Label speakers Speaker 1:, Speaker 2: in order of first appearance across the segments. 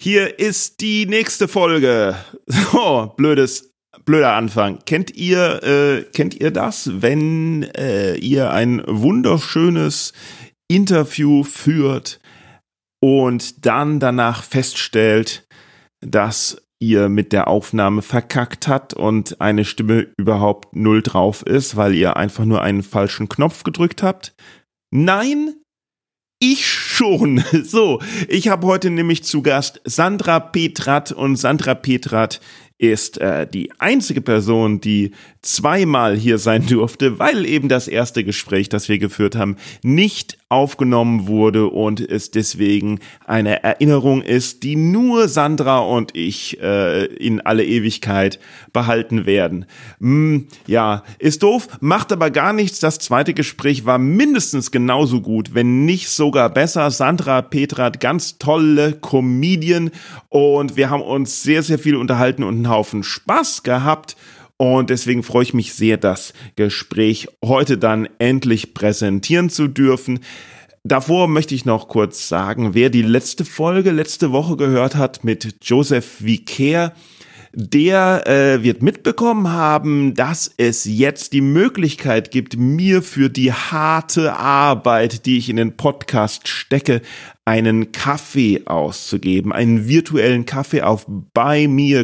Speaker 1: Hier ist die nächste Folge. So, blödes, blöder Anfang. Kennt ihr, äh, kennt ihr das, wenn äh, ihr ein wunderschönes Interview führt und dann danach feststellt, dass ihr mit der Aufnahme verkackt hat und eine Stimme überhaupt null drauf ist, weil ihr einfach nur einen falschen Knopf gedrückt habt? Nein, ich schon. So, ich habe heute nämlich zu Gast Sandra Petrat und Sandra Petrat ist äh, die einzige Person, die zweimal hier sein durfte, weil eben das erste Gespräch, das wir geführt haben, nicht aufgenommen wurde und es deswegen eine Erinnerung ist, die nur Sandra und ich äh, in alle Ewigkeit behalten werden. Mm, ja, ist doof, macht aber gar nichts. Das zweite Gespräch war mindestens genauso gut, wenn nicht sogar besser. Sandra Petrat, ganz tolle Comedian und wir haben uns sehr, sehr viel unterhalten und einen Haufen Spaß gehabt. Und deswegen freue ich mich sehr, das Gespräch heute dann endlich präsentieren zu dürfen. Davor möchte ich noch kurz sagen, wer die letzte Folge letzte Woche gehört hat mit Joseph Vicaire, der äh, wird mitbekommen haben, dass es jetzt die Möglichkeit gibt, mir für die harte Arbeit, die ich in den Podcast stecke, einen Kaffee auszugeben, einen virtuellen Kaffee auf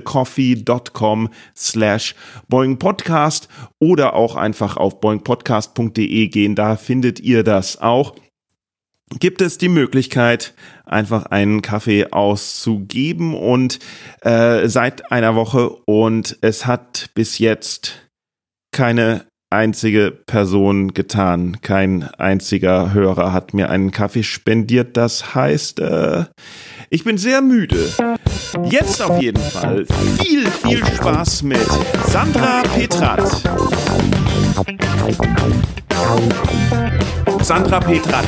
Speaker 1: buymeacoffee.com slash boingpodcast oder auch einfach auf boingpodcast.de gehen, da findet ihr das auch gibt es die Möglichkeit, einfach einen Kaffee auszugeben und äh, seit einer Woche und es hat bis jetzt keine einzige Person getan. Kein einziger Hörer hat mir einen Kaffee spendiert. Das heißt, äh, ich bin sehr müde. Jetzt auf jeden Fall viel, viel Spaß mit Sandra Petrat. Sandra Petrat.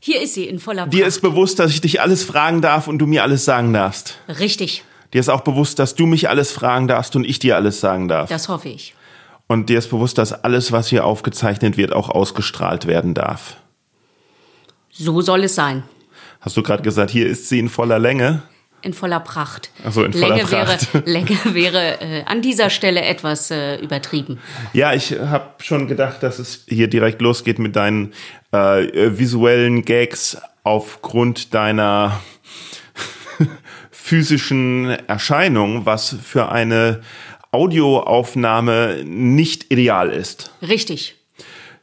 Speaker 2: Hier ist sie in voller
Speaker 1: Dir ist bewusst, dass ich dich alles fragen darf und du mir alles sagen darfst.
Speaker 2: Richtig,
Speaker 1: Dir ist auch bewusst, dass du mich alles fragen darfst und ich dir alles sagen darf.
Speaker 2: das hoffe ich.
Speaker 1: Und dir ist bewusst, dass alles, was hier aufgezeichnet wird, auch ausgestrahlt werden darf.
Speaker 2: So soll es sein.
Speaker 1: Hast du gerade gesagt, hier ist sie in voller Länge?
Speaker 2: In voller Pracht.
Speaker 1: Ach so, in voller
Speaker 2: Länge Wäre,
Speaker 1: Pracht.
Speaker 2: Länge wäre äh, an dieser Stelle etwas äh, übertrieben.
Speaker 1: Ja, ich habe schon gedacht, dass es hier direkt losgeht mit deinen äh, äh, visuellen Gags aufgrund deiner physischen Erscheinung, was für eine Audioaufnahme nicht ideal ist.
Speaker 2: Richtig.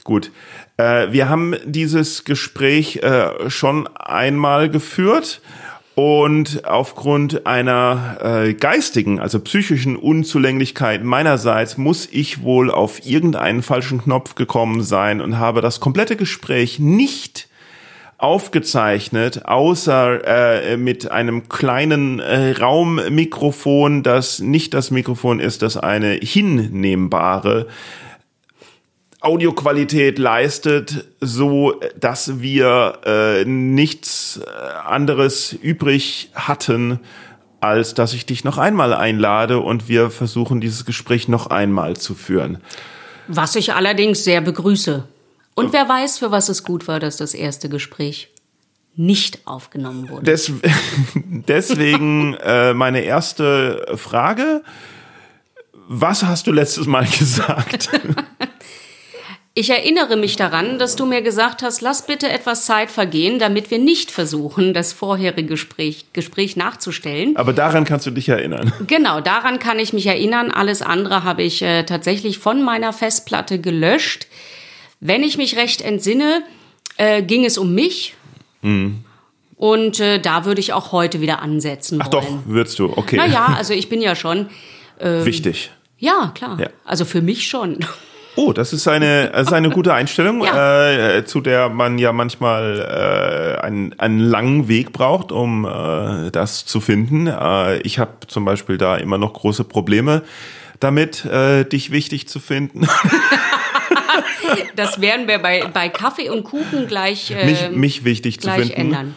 Speaker 1: Gut. Äh, wir haben dieses Gespräch äh, schon einmal geführt und aufgrund einer äh, geistigen, also psychischen Unzulänglichkeit meinerseits muss ich wohl auf irgendeinen falschen Knopf gekommen sein und habe das komplette Gespräch nicht aufgezeichnet, außer äh, mit einem kleinen äh, Raummikrofon, das nicht das Mikrofon ist, das eine hinnehmbare Audioqualität leistet, so dass wir äh, nichts äh, anderes übrig hatten, als dass ich dich noch einmal einlade und wir versuchen, dieses Gespräch noch einmal zu führen.
Speaker 2: Was ich allerdings sehr begrüße.
Speaker 1: Oh.
Speaker 2: Und wer weiß, für was es gut war, dass das erste Gespräch nicht aufgenommen wurde.
Speaker 1: Des deswegen äh, meine erste Frage. Was hast du letztes Mal gesagt?
Speaker 2: Ich erinnere mich daran, dass du mir gesagt hast, lass bitte etwas Zeit vergehen, damit wir nicht versuchen, das vorherige Gespräch, Gespräch nachzustellen.
Speaker 1: Aber daran kannst du dich erinnern.
Speaker 2: Genau, daran kann ich mich erinnern. Alles andere habe ich äh, tatsächlich von meiner Festplatte gelöscht. Wenn ich mich recht entsinne, äh, ging es um mich.
Speaker 1: Mhm.
Speaker 2: Und äh, da würde ich auch heute wieder ansetzen
Speaker 1: Ach doch,
Speaker 2: wollen.
Speaker 1: würdest du. Okay.
Speaker 2: Naja, also ich bin ja schon.
Speaker 1: Wichtig.
Speaker 2: Ja, klar.
Speaker 1: Ja.
Speaker 2: Also für mich schon.
Speaker 1: Oh, das ist eine, das ist eine gute Einstellung, äh, zu der man ja manchmal äh, einen, einen langen Weg braucht, um äh, das zu finden. Äh, ich habe zum Beispiel da immer noch große Probleme damit, äh, dich wichtig zu finden.
Speaker 2: Das werden wir bei, bei Kaffee und Kuchen gleich, äh,
Speaker 1: mich, mich wichtig zu
Speaker 2: gleich
Speaker 1: finden.
Speaker 2: ändern.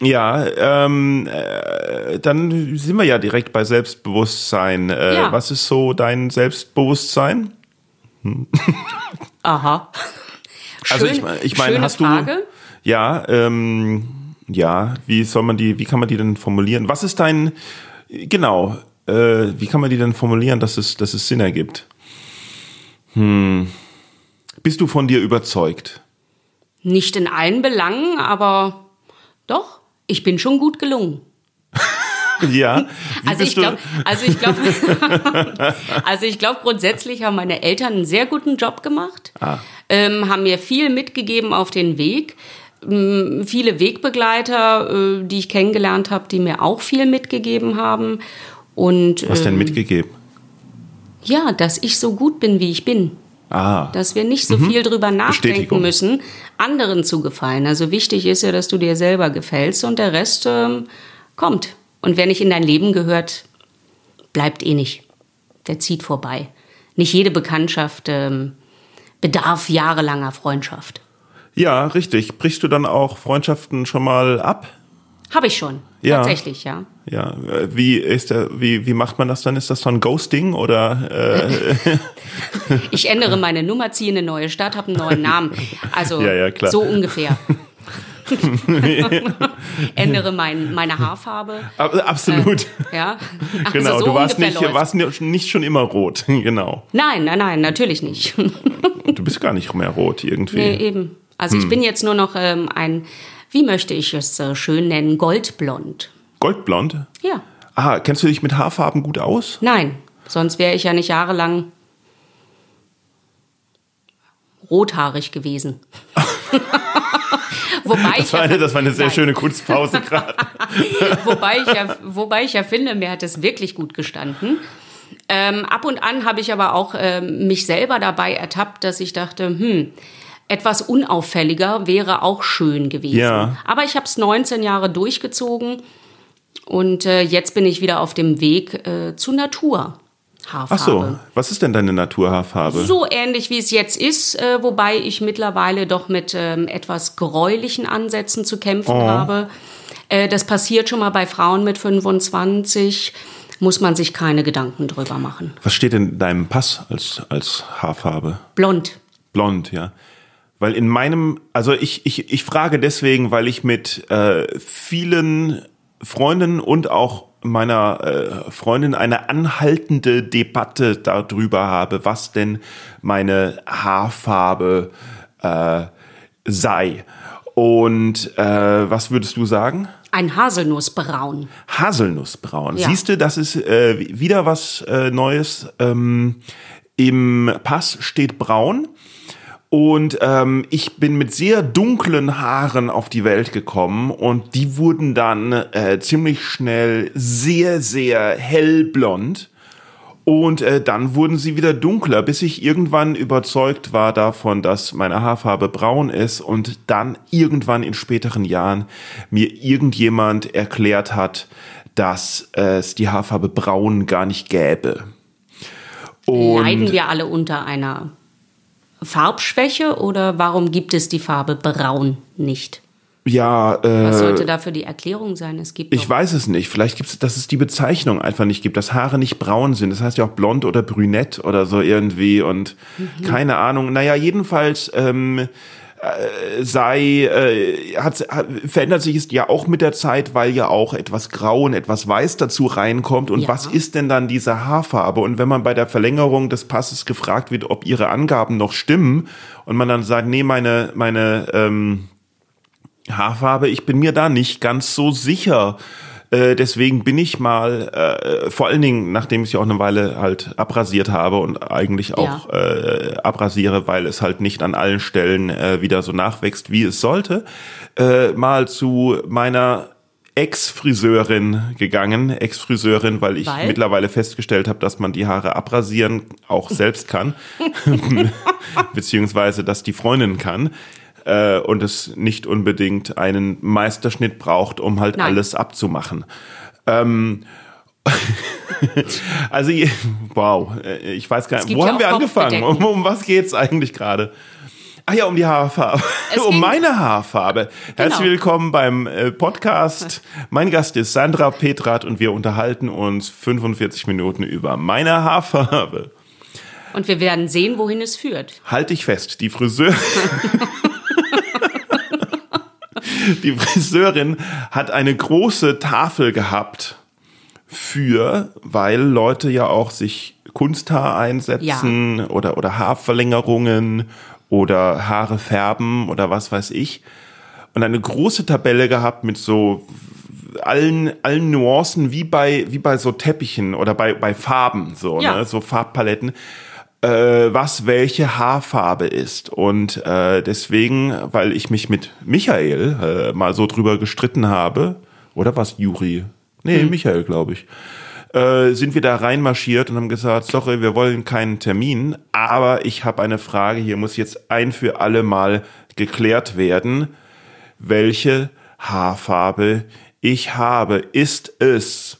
Speaker 1: Ja, ähm, äh, dann sind wir ja direkt bei Selbstbewusstsein. Äh,
Speaker 2: Ja.
Speaker 1: Was ist so dein Selbstbewusstsein?
Speaker 2: Aha.
Speaker 1: Also
Speaker 2: Schön-
Speaker 1: ich, mein- ich meine,
Speaker 2: schöne
Speaker 1: hast
Speaker 2: Frage.
Speaker 1: du ja, ähm, ja, wie soll man die, wie kann man die denn formulieren? Was ist dein genau? Äh, wie kann man die denn formulieren, dass es, dass es Sinn ergibt? Hm. Bist du von dir überzeugt?
Speaker 2: Nicht in allen Belangen, aber doch, ich bin schon gut gelungen.
Speaker 1: Ja. Wie
Speaker 2: Also ich,
Speaker 1: bist du-
Speaker 2: glaub, also ich glaube, also ich glaube grundsätzlich haben meine Eltern einen sehr guten Job gemacht,
Speaker 1: Ah.
Speaker 2: ähm, haben mir viel mitgegeben auf den Weg. Ähm, viele Wegbegleiter, äh, die ich kennengelernt habe, die mir auch viel mitgegeben haben. Und
Speaker 1: Was denn
Speaker 2: ähm,
Speaker 1: mitgegeben?
Speaker 2: ja, dass ich so gut bin, wie ich bin.
Speaker 1: Ah,
Speaker 2: Dass wir nicht so viel drüber nachdenken
Speaker 1: Bestätigung.
Speaker 2: müssen, anderen zu gefallen. Also wichtig ist ja, dass du dir selber gefällst und der Rest ähm, kommt. Und wer nicht in dein Leben gehört, bleibt eh nicht. Der zieht vorbei. Nicht jede Bekanntschaft ähm, bedarf jahrelanger Freundschaft.
Speaker 1: ja, richtig. Brichst du dann auch Freundschaften schon mal ab?
Speaker 2: Habe ich schon.
Speaker 1: Ja.
Speaker 2: Tatsächlich, ja.
Speaker 1: Ja, äh, wie ist der, wie, wie macht man das dann? Ist das dann Ghosting oder äh,
Speaker 2: Ich ändere meine Nummer, ziehe in eine neue Stadt, habe einen neuen Namen. Also
Speaker 1: Ja, ja, klar.
Speaker 2: so ungefähr. ändere mein, meine Haarfarbe.
Speaker 1: ab-
Speaker 2: Ähm,
Speaker 1: absolut?
Speaker 2: Ja, also
Speaker 1: genau, du warst
Speaker 2: ungefähr
Speaker 1: nicht, warst
Speaker 2: läuft's.
Speaker 1: ni- nicht schon immer rot, genau.
Speaker 2: Nein, nein, nein, natürlich nicht.
Speaker 1: Du bist gar nicht mehr rot irgendwie.
Speaker 2: nee, eben. Also
Speaker 1: Hm.
Speaker 2: ich bin jetzt nur noch ähm, ein, wie möchte ich es äh, schön nennen, goldblond.
Speaker 1: Goldblond?
Speaker 2: Ja,
Speaker 1: Ah, kennst du dich mit Haarfarben gut aus?
Speaker 2: nein, sonst wäre ich ja nicht jahrelang rothaarig gewesen. wobei, ich
Speaker 1: Das war
Speaker 2: ja,
Speaker 1: eine, das war eine sehr
Speaker 2: Nein.
Speaker 1: schöne Kunstpause gerade.
Speaker 2: wobei, ich ja, wobei ich ja finde, mir hat es wirklich gut gestanden. Ähm, ab und an habe ich aber auch ähm, mich selber dabei ertappt, dass ich dachte, hm, etwas unauffälliger wäre auch schön gewesen.
Speaker 1: Ja.
Speaker 2: Aber ich habe es 19 Jahre durchgezogen und äh, jetzt bin ich wieder auf dem Weg äh, zu Natur. Haarfarbe.
Speaker 1: Ach so, was ist denn deine Naturhaarfarbe?
Speaker 2: So ähnlich wie es jetzt ist, äh, wobei ich mittlerweile doch mit ähm, etwas gräulichen Ansätzen zu kämpfen
Speaker 1: Oh.
Speaker 2: habe. Äh, das passiert schon mal bei Frauen mit 25, muss man sich keine Gedanken drüber machen.
Speaker 1: Was steht in deinem Pass als, als Haarfarbe?
Speaker 2: Blond.
Speaker 1: Blond, ja. Weil in meinem, also ich, ich, ich frage deswegen, weil ich mit äh, vielen Freundinnen und auch meiner äh, Freundin eine anhaltende Debatte darüber habe, was denn meine Haarfarbe äh, sei. Und äh, was würdest du sagen?
Speaker 2: Ein Haselnussbraun.
Speaker 1: Haselnussbraun.
Speaker 2: Ja.
Speaker 1: Siehst du, das ist äh, wieder was äh, Neues. Ähm, Im Pass steht braun. Und ähm, ich bin mit sehr dunklen Haaren auf die Welt gekommen und die wurden dann äh, ziemlich schnell sehr, sehr hellblond. Und äh, dann wurden sie wieder dunkler, bis ich irgendwann überzeugt war davon, dass meine Haarfarbe braun ist und dann irgendwann in späteren Jahren mir irgendjemand erklärt hat, dass äh, es die Haarfarbe braun gar nicht gäbe. Und
Speaker 2: Leiden wir alle unter einer Farbschwäche oder warum gibt es die Farbe braun nicht?
Speaker 1: ja, äh,
Speaker 2: Was sollte dafür die Erklärung sein? Es gibt
Speaker 1: Ich
Speaker 2: doch-
Speaker 1: weiß es nicht. Vielleicht gibt es, dass es die Bezeichnung einfach nicht gibt, dass Haare nicht braun sind. Das heißt ja auch blond oder brünett oder so irgendwie und
Speaker 2: Mhm.
Speaker 1: keine Ahnung. Naja, jedenfalls ähm, äh, sei, äh, hat, hat, verändert sich es ja auch mit der Zeit, weil ja auch etwas Grau und etwas Weiß dazu reinkommt. Und
Speaker 2: Ja.
Speaker 1: was ist denn dann diese Haarfarbe? Und wenn man bei der Verlängerung des Passes gefragt wird, ob ihre Angaben noch stimmen und man dann sagt, nee, meine, meine, ähm, Haarfarbe, ich bin mir da nicht ganz so sicher. Äh, deswegen bin ich mal, äh, vor allen Dingen, nachdem ich sie auch eine Weile halt abrasiert habe und eigentlich auch äh, abrasiere, weil es halt nicht an allen Stellen äh, wieder so nachwächst, wie es sollte, äh, mal zu meiner Ex-Friseurin gegangen, Ex-Friseurin, weil ich
Speaker 2: Weil?
Speaker 1: mittlerweile festgestellt habe, dass man die Haare abrasieren auch selbst kann, beziehungsweise dass die Freundin kann äh, und es nicht unbedingt einen Meisterschnitt braucht, um halt
Speaker 2: Nein.
Speaker 1: alles abzumachen. Ähm, also je- wow, äh, ich weiß gar nicht,
Speaker 2: gibt
Speaker 1: wo
Speaker 2: ja
Speaker 1: haben
Speaker 2: auch
Speaker 1: wir angefangen? Um,
Speaker 2: Kopfbedecken.
Speaker 1: um was geht's eigentlich gerade? Ach ja, um die Haarfarbe.
Speaker 2: Es
Speaker 1: um
Speaker 2: ging- Genau.
Speaker 1: meine Haarfarbe. Herzlich willkommen beim äh, Podcast. Mein Gast ist Sandra Petrat und wir unterhalten uns 45 Minuten über meine Haarfarbe.
Speaker 2: Und wir werden sehen, wohin es führt.
Speaker 1: Halt dich fest, die Friseurin. die Friseurin hat eine große Tafel gehabt für, weil Leute ja auch sich Kunsthaar einsetzen oder, oder Haarverlängerungen oder Haare färben oder was weiß ich. Und eine große Tabelle gehabt mit so allen, allen Nuancen wie bei, wie bei so Teppichen oder bei, bei Farben, so,
Speaker 2: Ja.
Speaker 1: ne? so Farbpaletten äh, was welche Haarfarbe ist. Und äh, deswegen, weil ich mich mit Michael äh, mal so drüber gestritten habe, oder was, Juri? Nee, Michael, glaube ich. Äh, sind wir da reinmarschiert und haben gesagt, sorry, wir wollen keinen Termin, aber ich habe eine Frage, hier muss jetzt ein für alle Mal geklärt werden, welche Haarfarbe ich habe. Ist es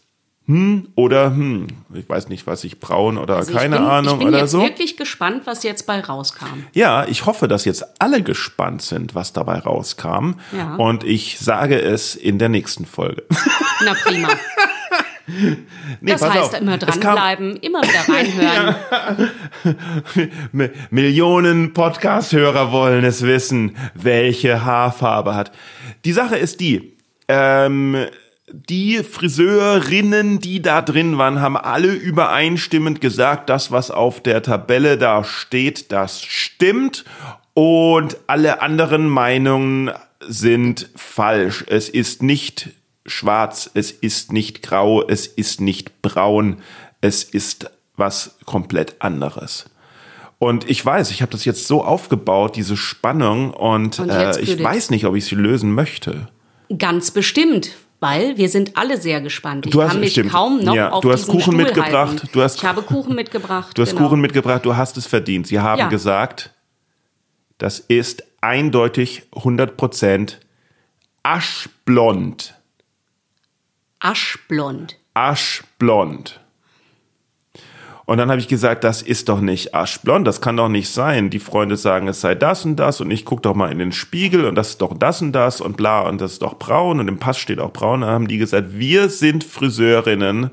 Speaker 1: hm oder hm? Ich weiß nicht, was ich braun oder
Speaker 2: Also
Speaker 1: keine
Speaker 2: ich bin,
Speaker 1: Ahnung
Speaker 2: ich bin
Speaker 1: oder
Speaker 2: jetzt
Speaker 1: so.
Speaker 2: wirklich gespannt, was jetzt bei rauskam.
Speaker 1: Ja, ich hoffe, dass jetzt alle gespannt sind, was dabei rauskam.
Speaker 2: Ja.
Speaker 1: Und ich sage es in der nächsten Folge.
Speaker 2: Na prima.
Speaker 1: Nee,
Speaker 2: das
Speaker 1: pass
Speaker 2: heißt,
Speaker 1: auf.
Speaker 2: immer
Speaker 1: Es kam
Speaker 2: dranbleiben, immer wieder reinhören.
Speaker 1: Mi- Millionen Podcast-Hörer wollen es wissen, welche Haarfarbe hat. Die Sache ist die, ähm, die Friseurinnen, die da drin waren, haben alle übereinstimmend gesagt, das, was auf der Tabelle da steht, das stimmt. Und alle anderen Meinungen sind falsch. Es ist nicht schwarz, es ist nicht grau, es ist nicht braun, es ist was komplett anderes. Und ich weiß, ich habe das jetzt so aufgebaut, diese Spannung, und,
Speaker 2: Und jetzt
Speaker 1: äh, ich
Speaker 2: Judith.
Speaker 1: weiß nicht, ob ich sie lösen möchte.
Speaker 2: Ganz bestimmt, weil wir sind alle sehr gespannt. Ich
Speaker 1: Du hast-
Speaker 2: kann mich
Speaker 1: stimmt.
Speaker 2: kaum noch
Speaker 1: Ja,
Speaker 2: auf
Speaker 1: du hast
Speaker 2: diesen
Speaker 1: Kuchen
Speaker 2: Stuhl
Speaker 1: mitgebracht,
Speaker 2: halten.
Speaker 1: du hast-
Speaker 2: ich habe Kuchen mitgebracht.
Speaker 1: Du hast
Speaker 2: genau.
Speaker 1: Kuchen mitgebracht, du hast es verdient. Sie haben
Speaker 2: Ja.
Speaker 1: gesagt, das ist eindeutig 100% aschblond.
Speaker 2: Aschblond.
Speaker 1: Aschblond. Und dann habe ich gesagt, das ist doch nicht aschblond, das kann doch nicht sein. Die Freunde sagen, es sei das und das und ich gucke doch mal in den Spiegel und das ist doch das und das und bla und das ist doch braun und im Pass steht auch braun. Dann haben die gesagt, wir sind Friseurinnen.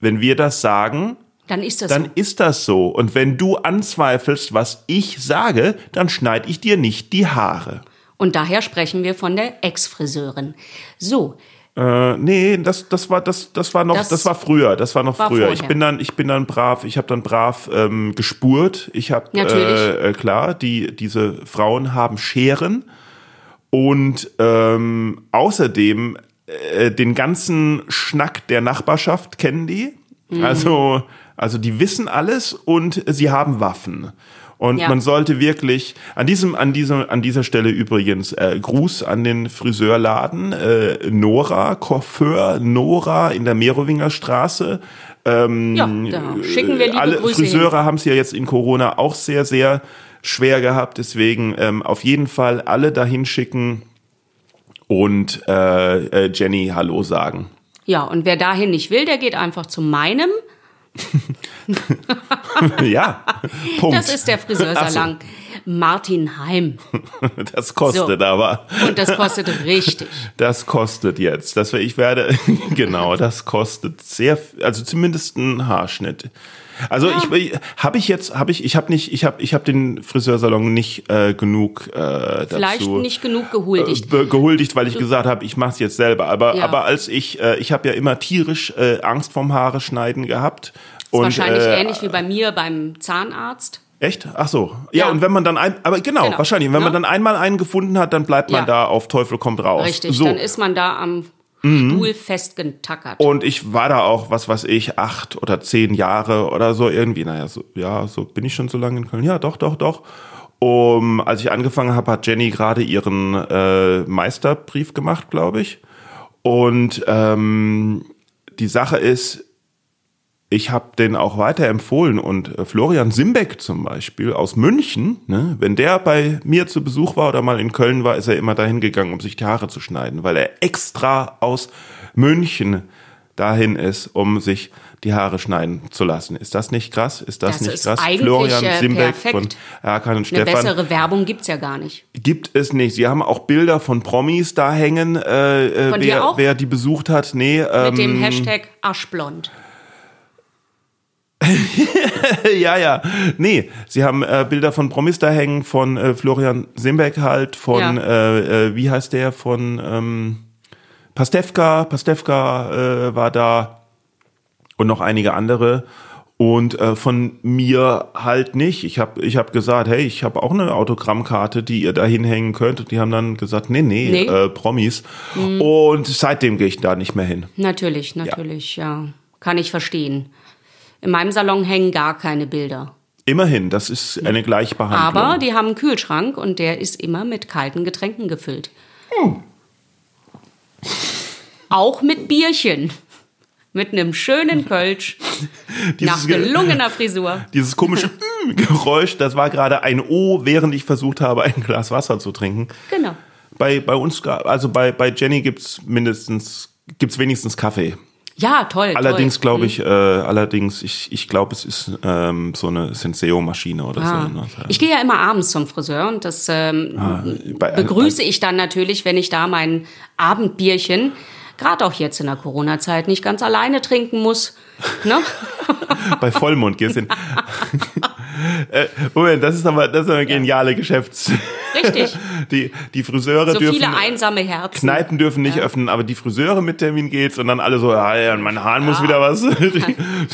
Speaker 1: Wenn wir das sagen,
Speaker 2: Dann ist das
Speaker 1: dann ist das so. Und wenn du anzweifelst, was ich sage, dann schneide ich dir nicht die Haare.
Speaker 2: Und daher sprechen wir von der Ex-Friseurin. So,
Speaker 1: Äh, nee, das, das war das, das war noch, das,
Speaker 2: Das
Speaker 1: war früher, das war noch
Speaker 2: war
Speaker 1: früher.
Speaker 2: vorher.
Speaker 1: Ich bin dann, ich bin dann brav, ich habe dann brav ähm, gespurt. Ich habe
Speaker 2: Natürlich.
Speaker 1: äh, äh, klar, die diese Frauen haben Scheren und ähm, außerdem äh, den ganzen Schnack der Nachbarschaft kennen die. Also also die wissen alles und sie haben Waffen. Und
Speaker 2: Ja.
Speaker 1: man sollte wirklich an diesem an diesem an dieser Stelle übrigens äh, Gruß an den Friseurladen äh, Nora Coiffeur Nora in der Merowinger Straße.
Speaker 2: ja, da Äh, schicken wir liebe
Speaker 1: Mm, äh, Alle
Speaker 2: Grüße hin.
Speaker 1: Friseure haben es ja jetzt in Corona auch sehr sehr schwer gehabt, deswegen ähm, auf jeden Fall alle dahin schicken und äh, äh, Jenny Hallo sagen.
Speaker 2: Ja, und wer dahin nicht will, der geht einfach zu meinem.
Speaker 1: ja. Punkt.
Speaker 2: Das ist der Friseursalon Martin Heim.
Speaker 1: Das kostet aber.
Speaker 2: Und das kostet richtig.
Speaker 1: Das kostet jetzt. Das, wär- ich werde, genau, das kostet sehr, f- also zumindest einen Haarschnitt. Also ich, habe ich jetzt, habe ich, ich habe nicht, ich habe, ich habe den Friseursalon nicht äh, genug äh, dazu
Speaker 2: Vielleicht nicht genug gehuldigt.
Speaker 1: äh, be- gehuldigt, weil ich gesagt habe, ich mache es jetzt selber. Aber,
Speaker 2: Ja.
Speaker 1: aber als ich, äh, ich habe ja immer tierisch äh, Angst vom Haare schneiden gehabt.
Speaker 2: Ist
Speaker 1: und,
Speaker 2: wahrscheinlich
Speaker 1: äh,
Speaker 2: ähnlich wie bei mir beim Zahnarzt.
Speaker 1: Echt? Ach so. Ja,
Speaker 2: Ja.
Speaker 1: und wenn man dann ein, aber genau,
Speaker 2: Genau.
Speaker 1: wahrscheinlich, wenn man
Speaker 2: Ne?
Speaker 1: dann einmal einen gefunden hat, dann bleibt man
Speaker 2: Ja.
Speaker 1: da auf Teufel kommt raus.
Speaker 2: Richtig,
Speaker 1: So. Mhm.
Speaker 2: dann ist man da am Stuhl festgetackert.
Speaker 1: Und ich war da auch, was weiß ich, acht oder zehn Jahre oder so irgendwie. Naja, so, ja, so bin ich schon so lange in Köln. Ja, doch, doch, doch. Um, als ich angefangen habe, hat Jenny gerade ihren äh, Meisterbrief gemacht, glaube ich. Und ähm, die Sache ist, ich habe den auch weiterempfohlen und äh, Florian Simbeck zum Beispiel aus München, ne, wenn der bei mir zu Besuch war oder mal in Köln war, ist er immer dahin gegangen, um sich die Haare zu schneiden, weil er extra aus München dahin ist, um sich die Haare schneiden zu lassen. Ist das nicht krass? Ist das,
Speaker 2: Das
Speaker 1: nicht
Speaker 2: ist
Speaker 1: krass?
Speaker 2: eigentlich,
Speaker 1: Florian
Speaker 2: äh,
Speaker 1: Simbeck
Speaker 2: perfekt.
Speaker 1: von Erkan und
Speaker 2: Eine
Speaker 1: Stefan
Speaker 2: bessere Werbung gibt's ja gar nicht.
Speaker 1: gibt es nicht. Sie haben auch Bilder von Promis da hängen, äh, äh,
Speaker 2: Von dir
Speaker 1: wer,
Speaker 2: auch?
Speaker 1: wer die besucht hat. Nee, ähm,
Speaker 2: Mit dem Hashtag Aschblond.
Speaker 1: ja, ja. Nee, sie haben äh, Bilder von Promis da hängen, von äh, Florian Simbeck halt, von,
Speaker 2: Ja.
Speaker 1: äh, äh, wie heißt der, von ähm, Pastewka, Pastewka äh, war da und noch einige andere. Und äh, von mir halt nicht. Ich habe ich hab gesagt, hey, ich habe auch eine Autogrammkarte, die ihr da hinhängen könnt. Und die haben dann gesagt, nee, nee,
Speaker 2: Nee. Mhm.
Speaker 1: Äh, Promis. Und seitdem gehe ich da nicht mehr hin.
Speaker 2: Natürlich, natürlich, ja. Kann ich verstehen. In meinem Salon hängen gar keine Bilder.
Speaker 1: Immerhin, das ist eine Gleichbehandlung.
Speaker 2: Aber die haben einen Kühlschrank und der ist immer mit kalten Getränken gefüllt.
Speaker 1: Oh.
Speaker 2: Auch mit Bierchen. Mit einem schönen Kölsch. nach
Speaker 1: Dieses Ge-
Speaker 2: gelungener Frisur.
Speaker 1: dieses komische Mm Geräusch, das war gerade ein O, während ich versucht habe, ein Glas Wasser zu trinken.
Speaker 2: Genau.
Speaker 1: Bei, bei uns, ga- also bei, bei Jenny gibt's mindestens, gibt's wenigstens Kaffee.
Speaker 2: Ja, toll.
Speaker 1: Allerdings
Speaker 2: toll. Mhm.
Speaker 1: glaube ich, äh, allerdings, ich, ich glaube, es ist ähm, so eine Senseo-Maschine oder
Speaker 2: Ah.
Speaker 1: so. ne? Ah,
Speaker 2: Ich gehe ja immer abends zum Friseur und das ähm,
Speaker 1: Bei-
Speaker 2: begrüße ich dann natürlich, wenn ich da mein Abendbierchen, gerade auch jetzt in der Corona-Zeit, nicht ganz alleine trinken muss. Ne?
Speaker 1: bei Vollmond gehst du hin. Äh, Moment, das ist aber das ist eine geniale Geschäfts.
Speaker 2: Richtig.
Speaker 1: Die, die Friseure
Speaker 2: So
Speaker 1: dürfen.
Speaker 2: viele einsame Herzen.
Speaker 1: Kneipen dürfen nicht öffnen, aber die Friseure mit Termin geht's und dann alle so, ah, ja, mein Hahn muss wieder was.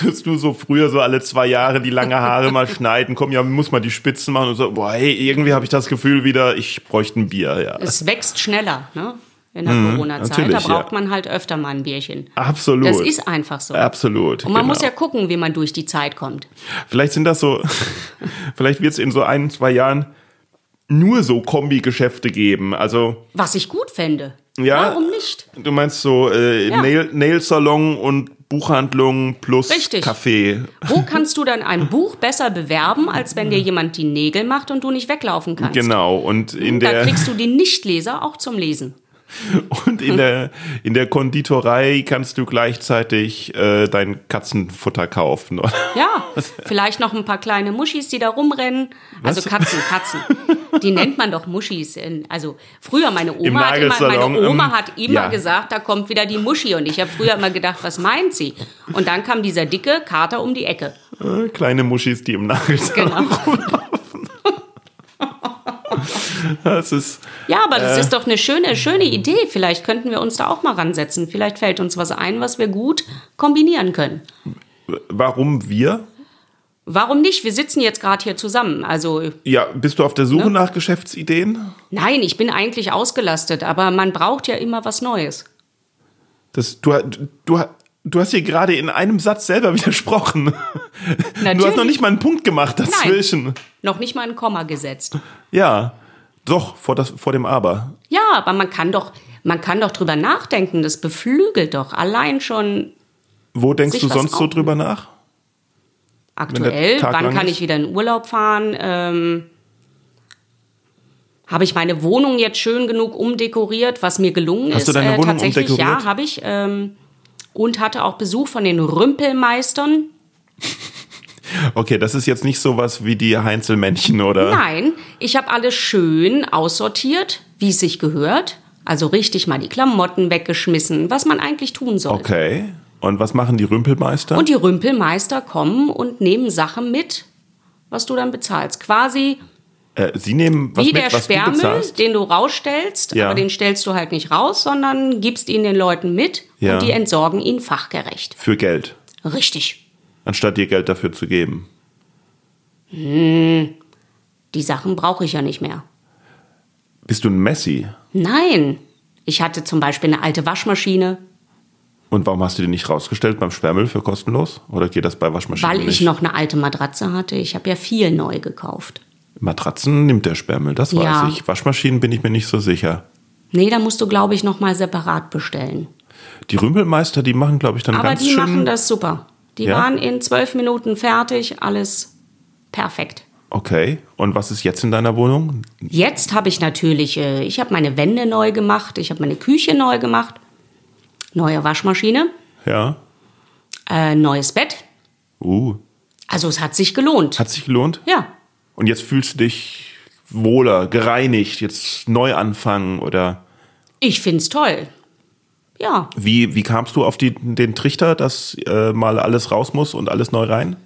Speaker 1: Dass du so früher so alle zwei Jahre die lange Haare mal schneiden, komm, ja, muss mal die Spitzen machen und so, boah, hey, irgendwie habe ich das Gefühl wieder, ich bräuchte ein Bier, ja.
Speaker 2: Es wächst schneller ne? in der Corona-Zeit. Da
Speaker 1: Mhm, natürlich, ja.
Speaker 2: braucht man halt öfter mal ein Bierchen.
Speaker 1: Absolut.
Speaker 2: Das ist einfach so.
Speaker 1: Absolut.
Speaker 2: Und man
Speaker 1: genau.
Speaker 2: muss ja gucken, wie man durch die Zeit kommt.
Speaker 1: Vielleicht sind das so, vielleicht wird's in so ein, zwei Jahren nur so Kombi-Geschäfte geben. Also,
Speaker 2: Was ich gut fände.
Speaker 1: Ja.
Speaker 2: Warum nicht?
Speaker 1: du meinst so äh,
Speaker 2: Ja.
Speaker 1: Nail, Nail-Salon und Buchhandlung plus
Speaker 2: Richtig.
Speaker 1: Café.
Speaker 2: Wo kannst du dann ein Buch besser bewerben, als wenn dir jemand die Nägel macht und du nicht weglaufen kannst?
Speaker 1: Genau. Und in
Speaker 2: Da
Speaker 1: der.
Speaker 2: kriegst du die Nichtleser auch zum Lesen.
Speaker 1: Und in der, in der Konditorei kannst du gleichzeitig äh, dein Katzenfutter kaufen. oder?
Speaker 2: Ja, vielleicht noch ein paar kleine Muschis, die da rumrennen. Also
Speaker 1: Was?
Speaker 2: Katzen, Katzen. Die nennt man doch Muschis. In, also früher meine
Speaker 1: Im
Speaker 2: Oma, hat immer,
Speaker 1: Nagelsalon,
Speaker 2: meine Oma
Speaker 1: ähm,
Speaker 2: hat immer
Speaker 1: ja.
Speaker 2: gesagt, da kommt wieder die Muschi. Und ich habe früher immer gedacht, was meint sie? Und dann kam dieser dicke Kater um die Ecke.
Speaker 1: Äh, Kleine Muschis, die im Nagelsalon
Speaker 2: Genau.
Speaker 1: rumlaufen. Das ist
Speaker 2: Ja, aber
Speaker 1: Äh.
Speaker 2: das ist doch eine schöne, schöne Idee. Vielleicht könnten wir uns da auch mal ransetzen. Vielleicht fällt uns was ein, was wir gut kombinieren können.
Speaker 1: warum wir?
Speaker 2: Warum nicht? Wir sitzen jetzt gerade hier zusammen. Also
Speaker 1: Ja, bist du auf der
Speaker 2: Ne?
Speaker 1: Suche nach Geschäftsideen?
Speaker 2: nein, ich bin eigentlich ausgelastet, aber man braucht ja immer was Neues.
Speaker 1: Das, du, du, du hast hier gerade in einem Satz selber widersprochen. Du hast noch
Speaker 2: Natürlich.
Speaker 1: nicht mal einen Punkt gemacht dazwischen.
Speaker 2: Noch nicht mal ein Komma gesetzt.
Speaker 1: Ja, doch, vor, das, vor dem Aber.
Speaker 2: Ja, aber man kann doch, man kann doch drüber nachdenken. Das beflügelt doch allein schon
Speaker 1: Wo denkst
Speaker 2: Sich
Speaker 1: du
Speaker 2: was
Speaker 1: sonst so
Speaker 2: auch-
Speaker 1: drüber nach?
Speaker 2: aktuell.
Speaker 1: Tag
Speaker 2: Wann
Speaker 1: lang
Speaker 2: kann
Speaker 1: ist.
Speaker 2: ich wieder in Urlaub fahren? Ähm, habe ich meine Wohnung jetzt schön genug umdekoriert, was mir gelungen
Speaker 1: Hast
Speaker 2: ist? Äh,
Speaker 1: du deine Wohnung
Speaker 2: tatsächlich,
Speaker 1: umdekoriert?
Speaker 2: ja, habe ich. Ähm, und hatte auch Besuch von den Rümpelmeistern.
Speaker 1: Okay, das ist jetzt nicht sowas wie die Heinzelmännchen oder.
Speaker 2: Nein, ich habe alles schön aussortiert, wie es sich gehört. Also richtig mal die Klamotten weggeschmissen, was man eigentlich tun soll.
Speaker 1: Okay. Und was machen die Rümpelmeister?
Speaker 2: Und die Rümpelmeister kommen und nehmen Sachen mit, was du dann bezahlst. Quasi
Speaker 1: äh, sie nehmen was
Speaker 2: wie
Speaker 1: mit,
Speaker 2: der
Speaker 1: was du
Speaker 2: Sperrmüll,
Speaker 1: bezahlst.
Speaker 2: den du rausstellst,
Speaker 1: Ja.
Speaker 2: aber den stellst du halt nicht raus, sondern gibst ihn den Leuten mit
Speaker 1: Ja.
Speaker 2: und die entsorgen ihn fachgerecht.
Speaker 1: Für Geld.
Speaker 2: Richtig.
Speaker 1: Anstatt dir Geld dafür zu geben.
Speaker 2: Die Sachen brauche ich ja nicht mehr.
Speaker 1: Bist du ein Messi?
Speaker 2: Nein. Ich hatte zum Beispiel eine alte Waschmaschine,
Speaker 1: Und warum hast du den nicht rausgestellt beim Sperrmüll für kostenlos? Oder geht das bei Waschmaschinen
Speaker 2: weil
Speaker 1: nicht?
Speaker 2: ich noch eine alte Matratze hatte. Ich habe ja viel neu gekauft.
Speaker 1: Matratzen nimmt der Sperrmüll, das weiß
Speaker 2: Ja.
Speaker 1: ich. Waschmaschinen bin ich mir nicht so sicher.
Speaker 2: Nee, da musst du, glaube ich, nochmal separat bestellen.
Speaker 1: Die Rümpelmeister, die machen, glaube ich, dann
Speaker 2: Aber
Speaker 1: ganz
Speaker 2: die
Speaker 1: schön.
Speaker 2: machen das super. Die
Speaker 1: Ja.
Speaker 2: waren in zwölf Minuten fertig, alles perfekt.
Speaker 1: okay. Und was ist jetzt in deiner Wohnung?
Speaker 2: Jetzt habe ich natürlich, äh, ich habe meine Wände neu gemacht, ich habe meine Küche neu gemacht, neue Waschmaschine,
Speaker 1: Ja.
Speaker 2: äh, neues Bett.
Speaker 1: Uh.
Speaker 2: Also es hat sich gelohnt.
Speaker 1: Hat sich gelohnt?
Speaker 2: Ja,
Speaker 1: Und jetzt fühlst du dich wohler, gereinigt, jetzt neu anfangen oder
Speaker 2: ich find's toll. Ja,
Speaker 1: wie, wie kamst du auf die, den Trichter, dass äh, mal alles raus muss und alles neu rein?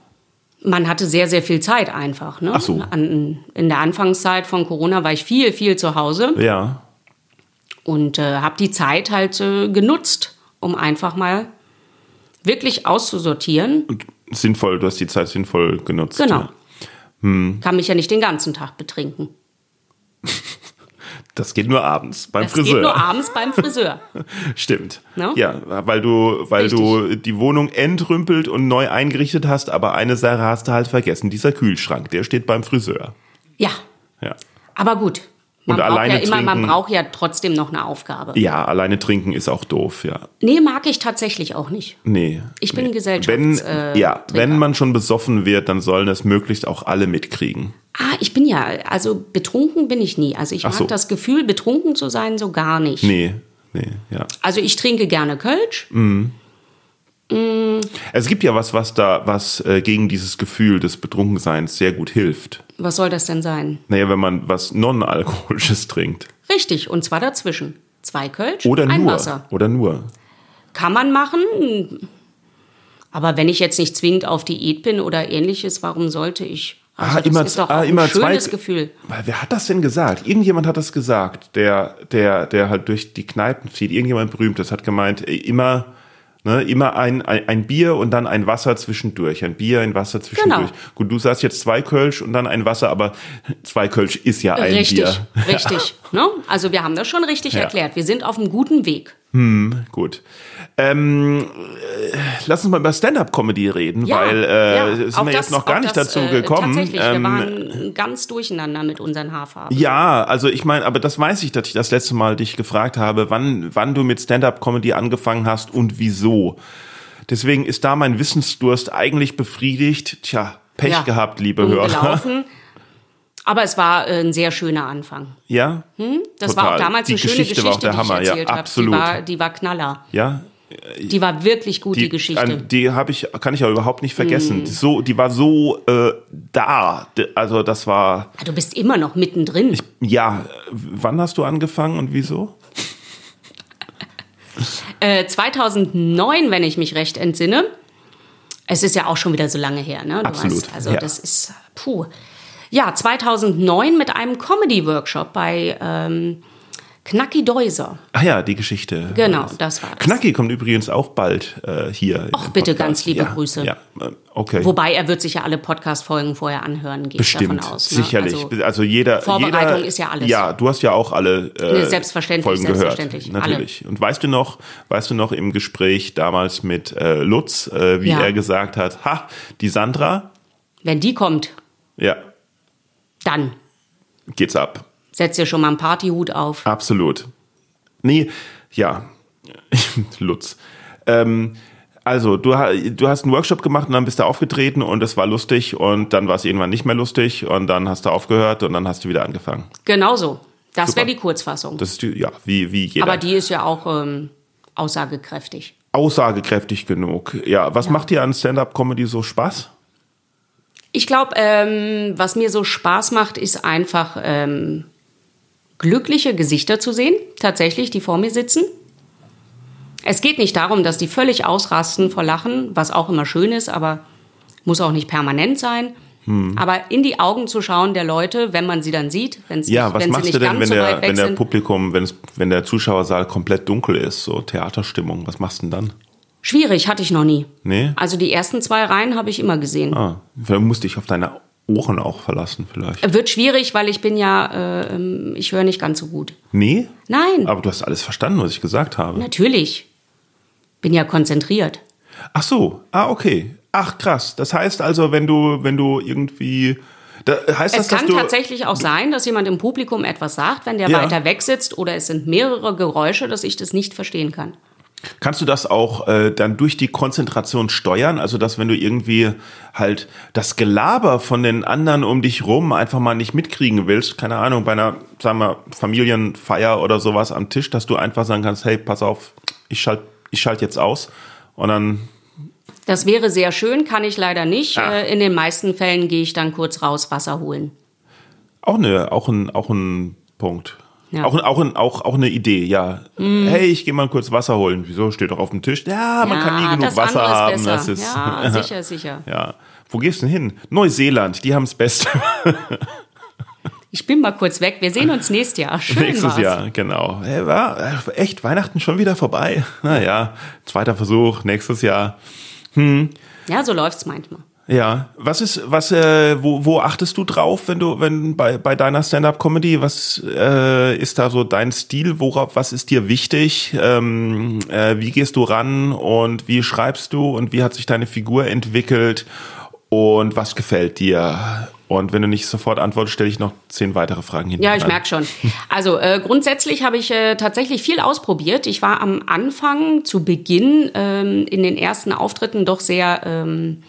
Speaker 2: man hatte sehr, sehr viel Zeit einfach. Ne?
Speaker 1: Ach so.
Speaker 2: An, in der Anfangszeit von Corona war ich viel, viel zu Hause
Speaker 1: Ja.
Speaker 2: und äh, habe die Zeit halt äh, genutzt, um einfach mal wirklich auszusortieren.
Speaker 1: Und sinnvoll, du hast die Zeit sinnvoll genutzt.
Speaker 2: Genau.
Speaker 1: ja. Mhm.
Speaker 2: Kann mich ja nicht den ganzen Tag betrinken.
Speaker 1: Das geht nur abends beim
Speaker 2: Das
Speaker 1: Friseur.
Speaker 2: geht nur abends beim Friseur.
Speaker 1: Stimmt.
Speaker 2: Ne?
Speaker 1: Ja, weil du, weil du die Wohnung entrümpelt und neu eingerichtet hast, aber eine Sache hast du halt vergessen, dieser Kühlschrank, der steht beim Friseur.
Speaker 2: Ja,
Speaker 1: Ja.
Speaker 2: aber gut. Man
Speaker 1: Und
Speaker 2: braucht
Speaker 1: alleine
Speaker 2: ja immer, man
Speaker 1: trinken.
Speaker 2: braucht ja trotzdem noch eine Aufgabe.
Speaker 1: Ja, alleine trinken ist auch doof, ja.
Speaker 2: Nee, mag ich tatsächlich auch nicht.
Speaker 1: Nee.
Speaker 2: Ich bin
Speaker 1: nee.
Speaker 2: Gesellschafts-
Speaker 1: Wenn,
Speaker 2: äh,
Speaker 1: ja,
Speaker 2: Trinker.
Speaker 1: wenn man schon besoffen wird, dann sollen das möglichst auch alle mitkriegen.
Speaker 2: Ah, ich bin ja, also betrunken bin ich nie. Also ich
Speaker 1: Ach
Speaker 2: mag
Speaker 1: so.
Speaker 2: das Gefühl, betrunken zu sein, so gar nicht.
Speaker 1: Nee, nee, ja.
Speaker 2: Also ich trinke gerne Kölsch.
Speaker 1: Es gibt ja was, was da, was äh, gegen dieses Gefühl des Betrunkenseins sehr gut hilft.
Speaker 2: Was soll das denn sein?
Speaker 1: Naja, wenn man was Non-Alkoholisches trinkt.
Speaker 2: Richtig, und zwar dazwischen. Zwei Kölsch,
Speaker 1: Oder
Speaker 2: ein
Speaker 1: nur.
Speaker 2: Wasser.
Speaker 1: Oder nur.
Speaker 2: Kann man machen, aber wenn ich jetzt nicht zwingend auf Diät bin oder ähnliches, warum sollte ich? Also
Speaker 1: Ah,
Speaker 2: das
Speaker 1: immer,
Speaker 2: ist doch
Speaker 1: ah,
Speaker 2: auch
Speaker 1: immer
Speaker 2: ein schönes
Speaker 1: zwei,
Speaker 2: Gefühl.
Speaker 1: Weil, Wer hat das denn gesagt? Irgendjemand hat das gesagt, der, der, der halt durch die Kneipen zieht. Irgendjemand berühmtes hat gemeint, äh, immer, ne, immer ein, ein, ein Bier und dann ein Wasser zwischendurch. Ein Bier, ein Wasser zwischendurch.
Speaker 2: Genau.
Speaker 1: Gut, du sagst jetzt zwei Kölsch und dann ein Wasser, aber zwei Kölsch ist ja ein
Speaker 2: richtig,
Speaker 1: Bier.
Speaker 2: richtig. Ne? Also wir haben das schon richtig
Speaker 1: Ja.
Speaker 2: erklärt. Wir sind auf einem guten Weg.
Speaker 1: Gut. Ähm, äh, lass uns mal über Stand-up-Comedy reden,
Speaker 2: Ja,
Speaker 1: weil äh,
Speaker 2: ja.
Speaker 1: sind
Speaker 2: Auch
Speaker 1: wir
Speaker 2: das-
Speaker 1: jetzt noch
Speaker 2: auch
Speaker 1: gar nicht
Speaker 2: das,
Speaker 1: dazu
Speaker 2: äh,
Speaker 1: gekommen.
Speaker 2: Tatsächlich, wir
Speaker 1: Ähm,
Speaker 2: waren ganz durcheinander mit unseren Haarfarben.
Speaker 1: Ja, also ich meine, aber das weiß ich, dass ich das letzte Mal dich gefragt habe, wann, wann du mit Stand-up-Comedy angefangen hast und wieso. Deswegen ist da mein Wissensdurst eigentlich befriedigt. Tja, Pech
Speaker 2: Ja,
Speaker 1: gehabt, liebe
Speaker 2: Dumm
Speaker 1: Hörer.
Speaker 2: gelaufen. Aber es war äh, ein sehr schöner Anfang.
Speaker 1: Ja?
Speaker 2: Das
Speaker 1: Total.
Speaker 2: war auch damals
Speaker 1: Die
Speaker 2: eine schöne
Speaker 1: Geschichte
Speaker 2: Geschichte,
Speaker 1: war auch der
Speaker 2: die
Speaker 1: Hammer,
Speaker 2: ich
Speaker 1: ja,
Speaker 2: erzählt habe. Die
Speaker 1: absolut.
Speaker 2: war, die war Knaller.
Speaker 1: Ja?
Speaker 2: Die war wirklich gut, die, Geschichte. Hm.
Speaker 1: an- die habe ich, kann ich ja überhaupt nicht vergessen. So, die war so äh, da. D- Also das war,
Speaker 2: Ah, du bist immer noch mittendrin.
Speaker 1: ja, wann hast du angefangen und wieso?
Speaker 2: äh, 2009, wenn ich mich recht entsinne. Es ist ja auch schon wieder so lange her, ne? Du
Speaker 1: Absolut,
Speaker 2: Weißt, also
Speaker 1: ja.
Speaker 2: das ist puh. Ja, 2009 mit einem Comedy-Workshop bei ähm, Knacki Deuser.
Speaker 1: Ah ja, die Geschichte.
Speaker 2: Genau, das war es.
Speaker 1: Knacki kommt übrigens auch bald äh, hier.
Speaker 2: Och, bitte ganz liebe
Speaker 1: ja,
Speaker 2: Grüße.
Speaker 1: Ja, äh, okay.
Speaker 2: Wobei er wird sich ja alle Podcast-Folgen vorher anhören, geht davon
Speaker 1: Bestimmt,
Speaker 2: aus. Ne?
Speaker 1: sicherlich.
Speaker 2: Also,
Speaker 1: Also, jeder.
Speaker 2: Vorbereitung
Speaker 1: jeder,
Speaker 2: ist ja alles.
Speaker 1: Ja, du hast ja auch alle äh,
Speaker 2: Nee, selbstverständlich,
Speaker 1: Folgen
Speaker 2: selbstverständlich,
Speaker 1: gehört. Natürlich. Und weißt du noch, weißt du noch im Gespräch damals mit äh, Lutz, äh, wie
Speaker 2: Ja.
Speaker 1: er gesagt hat, ha, die Sandra,
Speaker 2: wenn die kommt,
Speaker 1: ja,
Speaker 2: dann
Speaker 1: geht's ab.
Speaker 2: setz dir schon mal einen Partyhut auf.
Speaker 1: Absolut. Nee, ja. Lutz. Ähm, also, du, ha- du hast einen Workshop gemacht und dann bist du aufgetreten und es war lustig und dann war es irgendwann nicht mehr lustig und dann hast du aufgehört und dann hast du wieder angefangen.
Speaker 2: Genauso. Das
Speaker 1: Super.
Speaker 2: wäre die Kurzfassung.
Speaker 1: Das ist, die- ja, wie, wie jeder.
Speaker 2: Aber die ist ja auch ähm, aussagekräftig.
Speaker 1: Aussagekräftig genug. Ja, was macht dir an Stand-Up-Comedy so Spaß?
Speaker 2: Ich glaube, ähm, was mir so Spaß macht, ist einfach ähm, glückliche Gesichter zu sehen, tatsächlich, die vor mir sitzen. Es geht nicht darum, dass die völlig ausrasten vor Lachen, was auch immer schön ist, aber muss auch nicht permanent sein.
Speaker 1: Hm.
Speaker 2: Aber in die Augen zu schauen der Leute, wenn man sie dann sieht, wenn's
Speaker 1: Ja,
Speaker 2: nicht,
Speaker 1: was
Speaker 2: wenn sie
Speaker 1: machst
Speaker 2: nicht
Speaker 1: du denn,
Speaker 2: ganz
Speaker 1: wenn
Speaker 2: so
Speaker 1: der,
Speaker 2: weit weg
Speaker 1: wenn der
Speaker 2: sind.
Speaker 1: Publikum, wenn, es, wenn der Zuschauersaal komplett dunkel ist, so Theaterstimmung, was machst du denn dann?
Speaker 2: Schwierig, hatte ich noch nie.
Speaker 1: Nee?
Speaker 2: Also die ersten zwei Reihen habe ich immer gesehen.
Speaker 1: Ah, vielleicht musst du dich auf deine Ohren auch verlassen, vielleicht.
Speaker 2: Wird schwierig, weil ich bin ja, äh, ähm, ich höre nicht ganz so gut.
Speaker 1: Nee?
Speaker 2: Nein,
Speaker 1: Aber du hast alles verstanden, was ich gesagt habe.
Speaker 2: natürlich. Bin ja konzentriert.
Speaker 1: Ach so, ah, okay. Ach, krass. Das heißt also, wenn du, wenn du irgendwie. Da, heißt das,
Speaker 2: Es kann
Speaker 1: dass du.
Speaker 2: tatsächlich auch sein, dass jemand im Publikum etwas sagt, wenn der
Speaker 1: Ja.
Speaker 2: weiter weg sitzt oder es sind mehrere Geräusche, dass ich das nicht verstehen kann.
Speaker 1: Kannst du das auch äh, dann durch die Konzentration steuern? Also, dass wenn du irgendwie halt das Gelaber von den anderen um dich rum einfach mal nicht mitkriegen willst, keine Ahnung, bei einer, sagen wir, Familienfeier oder sowas am Tisch, dass du einfach sagen kannst, hey, pass auf, ich schalte ich schalt jetzt aus und dann
Speaker 2: Das wäre sehr schön, kann ich leider nicht.
Speaker 1: Ah.
Speaker 2: Äh, in den meisten Fällen gehe ich dann kurz raus, Wasser holen.
Speaker 1: Auch eine, auch ein, auch ein Punkt.
Speaker 2: Ja. Mhm.
Speaker 1: Auch, ein- auch, ein, auch, auch eine Idee, ja. Hey, ich gehe mal kurz Wasser holen. Wieso steht doch auf dem Tisch? Ja, man
Speaker 2: ja,
Speaker 1: kann nie genug
Speaker 2: das
Speaker 1: Wasser
Speaker 2: andere
Speaker 1: haben.
Speaker 2: Ist besser.
Speaker 1: Das ist,
Speaker 2: ja, sicher, sicher.
Speaker 1: ja. Wo gehst du denn hin? Neuseeland, die haben's best.
Speaker 2: Ich bin mal kurz weg. Wir sehen uns nächstes Jahr. Schön
Speaker 1: Nächstes
Speaker 2: war's.
Speaker 1: Jahr, genau. Hey, war äh, echt Weihnachten schon wieder vorbei. Naja, zweiter Versuch, nächstes Jahr.
Speaker 2: Ja, so läuft's manchmal.
Speaker 1: Ja. Was ist, was, äh, wo, wo achtest du drauf, wenn du, wenn bei, bei deiner Stand-up-Comedy, was äh, ist da so dein Stil? Worauf, was ist dir wichtig? Ähm, äh, wie gehst du ran und wie schreibst du und wie hat sich deine Figur entwickelt und was gefällt dir? Und wenn du nicht sofort antwortest, stelle ich noch zehn weitere Fragen hin.
Speaker 2: Ja, ich merke schon. Also äh, grundsätzlich habe ich äh, tatsächlich viel ausprobiert. Ich war am Anfang, zu Beginn, ähm, in den ersten Auftritten doch sehr, ähm,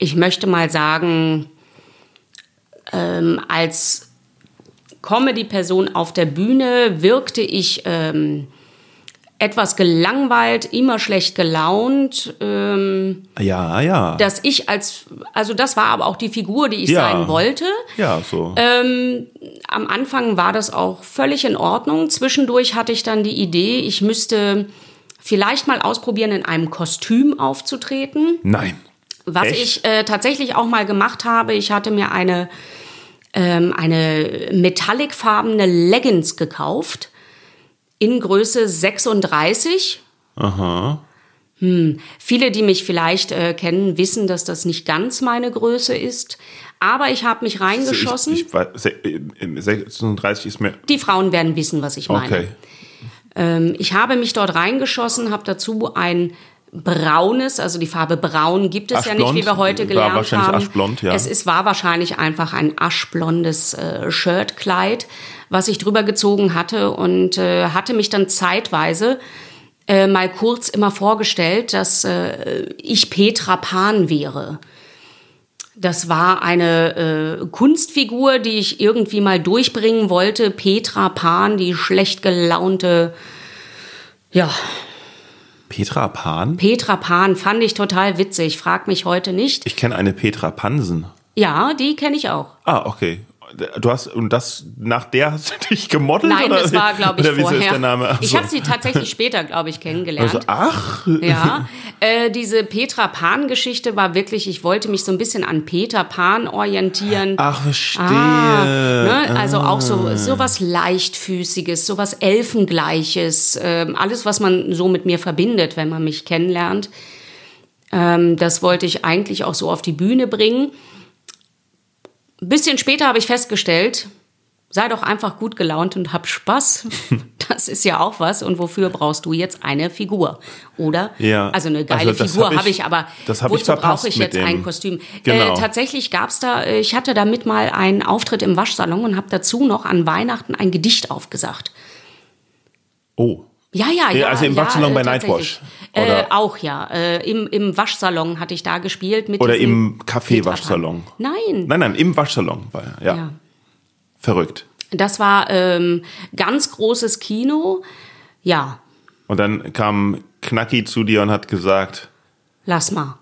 Speaker 2: ich möchte mal sagen, ähm, als Comedy-Person auf der Bühne wirkte ich ähm, etwas gelangweilt, immer schlecht gelaunt. Ähm,
Speaker 1: Ja, ja.
Speaker 2: dass ich als, also das war aber auch die Figur, die ich
Speaker 1: Ja.
Speaker 2: sein wollte.
Speaker 1: ja, so.
Speaker 2: Ähm. Am Anfang war das auch völlig in Ordnung. Zwischendurch hatte ich dann die Idee, ich müsste vielleicht mal ausprobieren, in einem Kostüm aufzutreten.
Speaker 1: Nein.
Speaker 2: Was
Speaker 1: Echt?
Speaker 2: ich äh, tatsächlich auch mal gemacht habe, ich hatte mir eine, ähm, eine metallicfarbene Leggings gekauft in Größe 36.
Speaker 1: Aha.
Speaker 2: Viele, die mich vielleicht äh, kennen, wissen, dass das nicht ganz meine Größe ist. Aber ich habe mich reingeschossen.
Speaker 1: Ich, ich, war- se- äh, 36 ist mir.
Speaker 2: die Frauen werden wissen, was ich meine.
Speaker 1: Okay.
Speaker 2: Ähm, ich habe mich dort reingeschossen, habe dazu ein braunes, also die Farbe braun gibt es ja nicht, wie
Speaker 1: Aschblond,
Speaker 2: wir heute
Speaker 1: war
Speaker 2: gelernt
Speaker 1: wahrscheinlich
Speaker 2: haben.
Speaker 1: aschblond, ja.
Speaker 2: Es ist, war wahrscheinlich einfach ein aschblondes äh, Shirtkleid, was ich drüber gezogen hatte und äh, hatte mich dann zeitweise äh, mal kurz immer vorgestellt, dass äh, ich Petra Pan wäre. Das war eine äh, Kunstfigur, die ich irgendwie mal durchbringen wollte. Petra Pan, die schlecht gelaunte, ja,
Speaker 1: Petra Pan?
Speaker 2: Petra Pan fand ich total witzig. Frag mich heute nicht.
Speaker 1: Ich kenne eine Petra Pansen.
Speaker 2: Ja, die kenne ich auch.
Speaker 1: Ah, okay. Du hast, und das, nach der hast du dich gemodelt?
Speaker 2: Nein,
Speaker 1: oder,
Speaker 2: das war, glaube ich,
Speaker 1: oder wieso
Speaker 2: vorher.
Speaker 1: Ist der Name? Ach
Speaker 2: Ich
Speaker 1: so.
Speaker 2: habe sie tatsächlich später, glaube ich, kennengelernt.
Speaker 1: Also, ach.
Speaker 2: Ja, äh, diese Petra Pan-Geschichte war wirklich, ich wollte mich so ein bisschen an Peter Pan orientieren.
Speaker 1: Ach, verstehe.
Speaker 2: Ah, ne? Also auch
Speaker 1: Ah.
Speaker 2: so sowas leichtfüßiges, sowas elfengleiches, ähm, alles was man so mit mir verbindet, wenn man mich kennenlernt. Ähm, das wollte ich eigentlich auch so auf die Bühne bringen. Ein bisschen später habe ich festgestellt, sei doch einfach gut gelaunt und hab Spaß. Das ist ja auch was. Und wofür brauchst du jetzt eine Figur? Oder?
Speaker 1: Ja.
Speaker 2: Also eine geile
Speaker 1: Also das
Speaker 2: Figur
Speaker 1: hab
Speaker 2: habe
Speaker 1: ich-
Speaker 2: ich, aber
Speaker 1: das hab ich
Speaker 2: wozu
Speaker 1: verpasst
Speaker 2: brauche ich
Speaker 1: mit
Speaker 2: jetzt
Speaker 1: dem-
Speaker 2: ein Kostüm?
Speaker 1: Genau.
Speaker 2: Äh, tatsächlich gab es da, äh, ich hatte damit mal einen Auftritt im Waschsalon und habe dazu noch an Weihnachten ein Gedicht aufgesagt.
Speaker 1: Oh.
Speaker 2: Ja, ja, ja.
Speaker 1: also im
Speaker 2: ja,
Speaker 1: Waschsalon
Speaker 2: äh,
Speaker 1: bei Nightwash,
Speaker 2: tatsächlich. Äh,
Speaker 1: oder?
Speaker 2: auch ja. Äh, im, Im Waschsalon hatte ich da gespielt. Mit
Speaker 1: Oder
Speaker 2: diesem
Speaker 1: im Café-Waschsalon.
Speaker 2: Peter Pan. Nein.
Speaker 1: Nein, nein, im Waschsalon. Weil, ja.
Speaker 2: Ja.
Speaker 1: Verrückt.
Speaker 2: Das war ähm, ganz großes Kino. Ja,
Speaker 1: Und dann kam Knacki zu dir und hat gesagt,
Speaker 2: lass mal.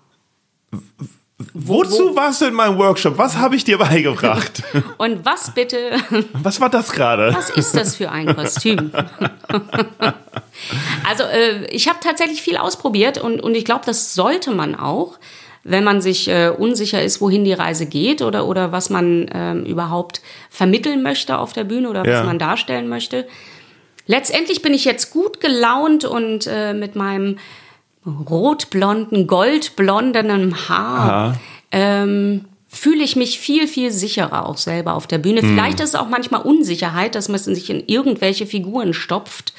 Speaker 1: wozu warst du in meinem Workshop? Was habe ich dir beigebracht?
Speaker 2: Und was bitte,
Speaker 1: Was war das gerade?
Speaker 2: was ist das für ein Kostüm? also äh, ich habe tatsächlich viel ausprobiert und, und ich glaube, das sollte man auch, wenn man sich äh, unsicher ist, wohin die Reise geht oder, oder was man ähm, überhaupt vermitteln möchte auf der Bühne oder
Speaker 1: Ja.
Speaker 2: was man darstellen möchte. Letztendlich bin ich jetzt gut gelaunt und äh, mit meinem rotblonden, goldblondenen Haar ähm, fühle ich mich viel, viel sicherer auch selber auf der Bühne. Vielleicht ist es auch manchmal Unsicherheit, dass man sich in irgendwelche Figuren stopft,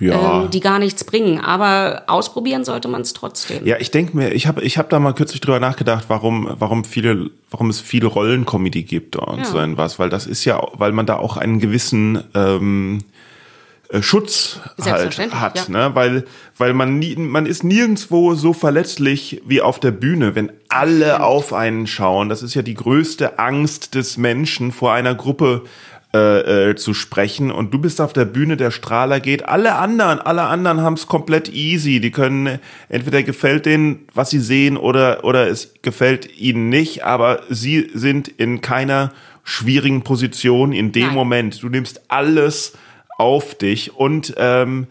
Speaker 2: ähm, die gar nichts bringen. Aber ausprobieren sollte man es trotzdem.
Speaker 1: Ja, ich denke mir, ich habe ich hab da mal kürzlich drüber nachgedacht, warum, warum, viele, warum es viele Rollenkomödie gibt und so etwas, weil das ist ja, weil man da auch einen gewissen ähm, äh, Schutz halt
Speaker 2: Selbstverständlich,
Speaker 1: hat,
Speaker 2: ja.
Speaker 1: ne? weil, weil man, nie, man ist nirgendwo so verletzlich wie auf der Bühne, wenn alle auf einen schauen. Das ist ja die größte Angst des Menschen, vor einer Gruppe äh, äh, zu sprechen. Und du bist auf der Bühne, der Strahler geht. Alle anderen, alle anderen haben es komplett easy. Die können, äh, entweder gefällt denen, was sie sehen, oder, oder es gefällt ihnen nicht, aber sie sind in keiner schwierigen Position in dem
Speaker 2: Nein.
Speaker 1: Moment. Du nimmst alles auf dich und ähm,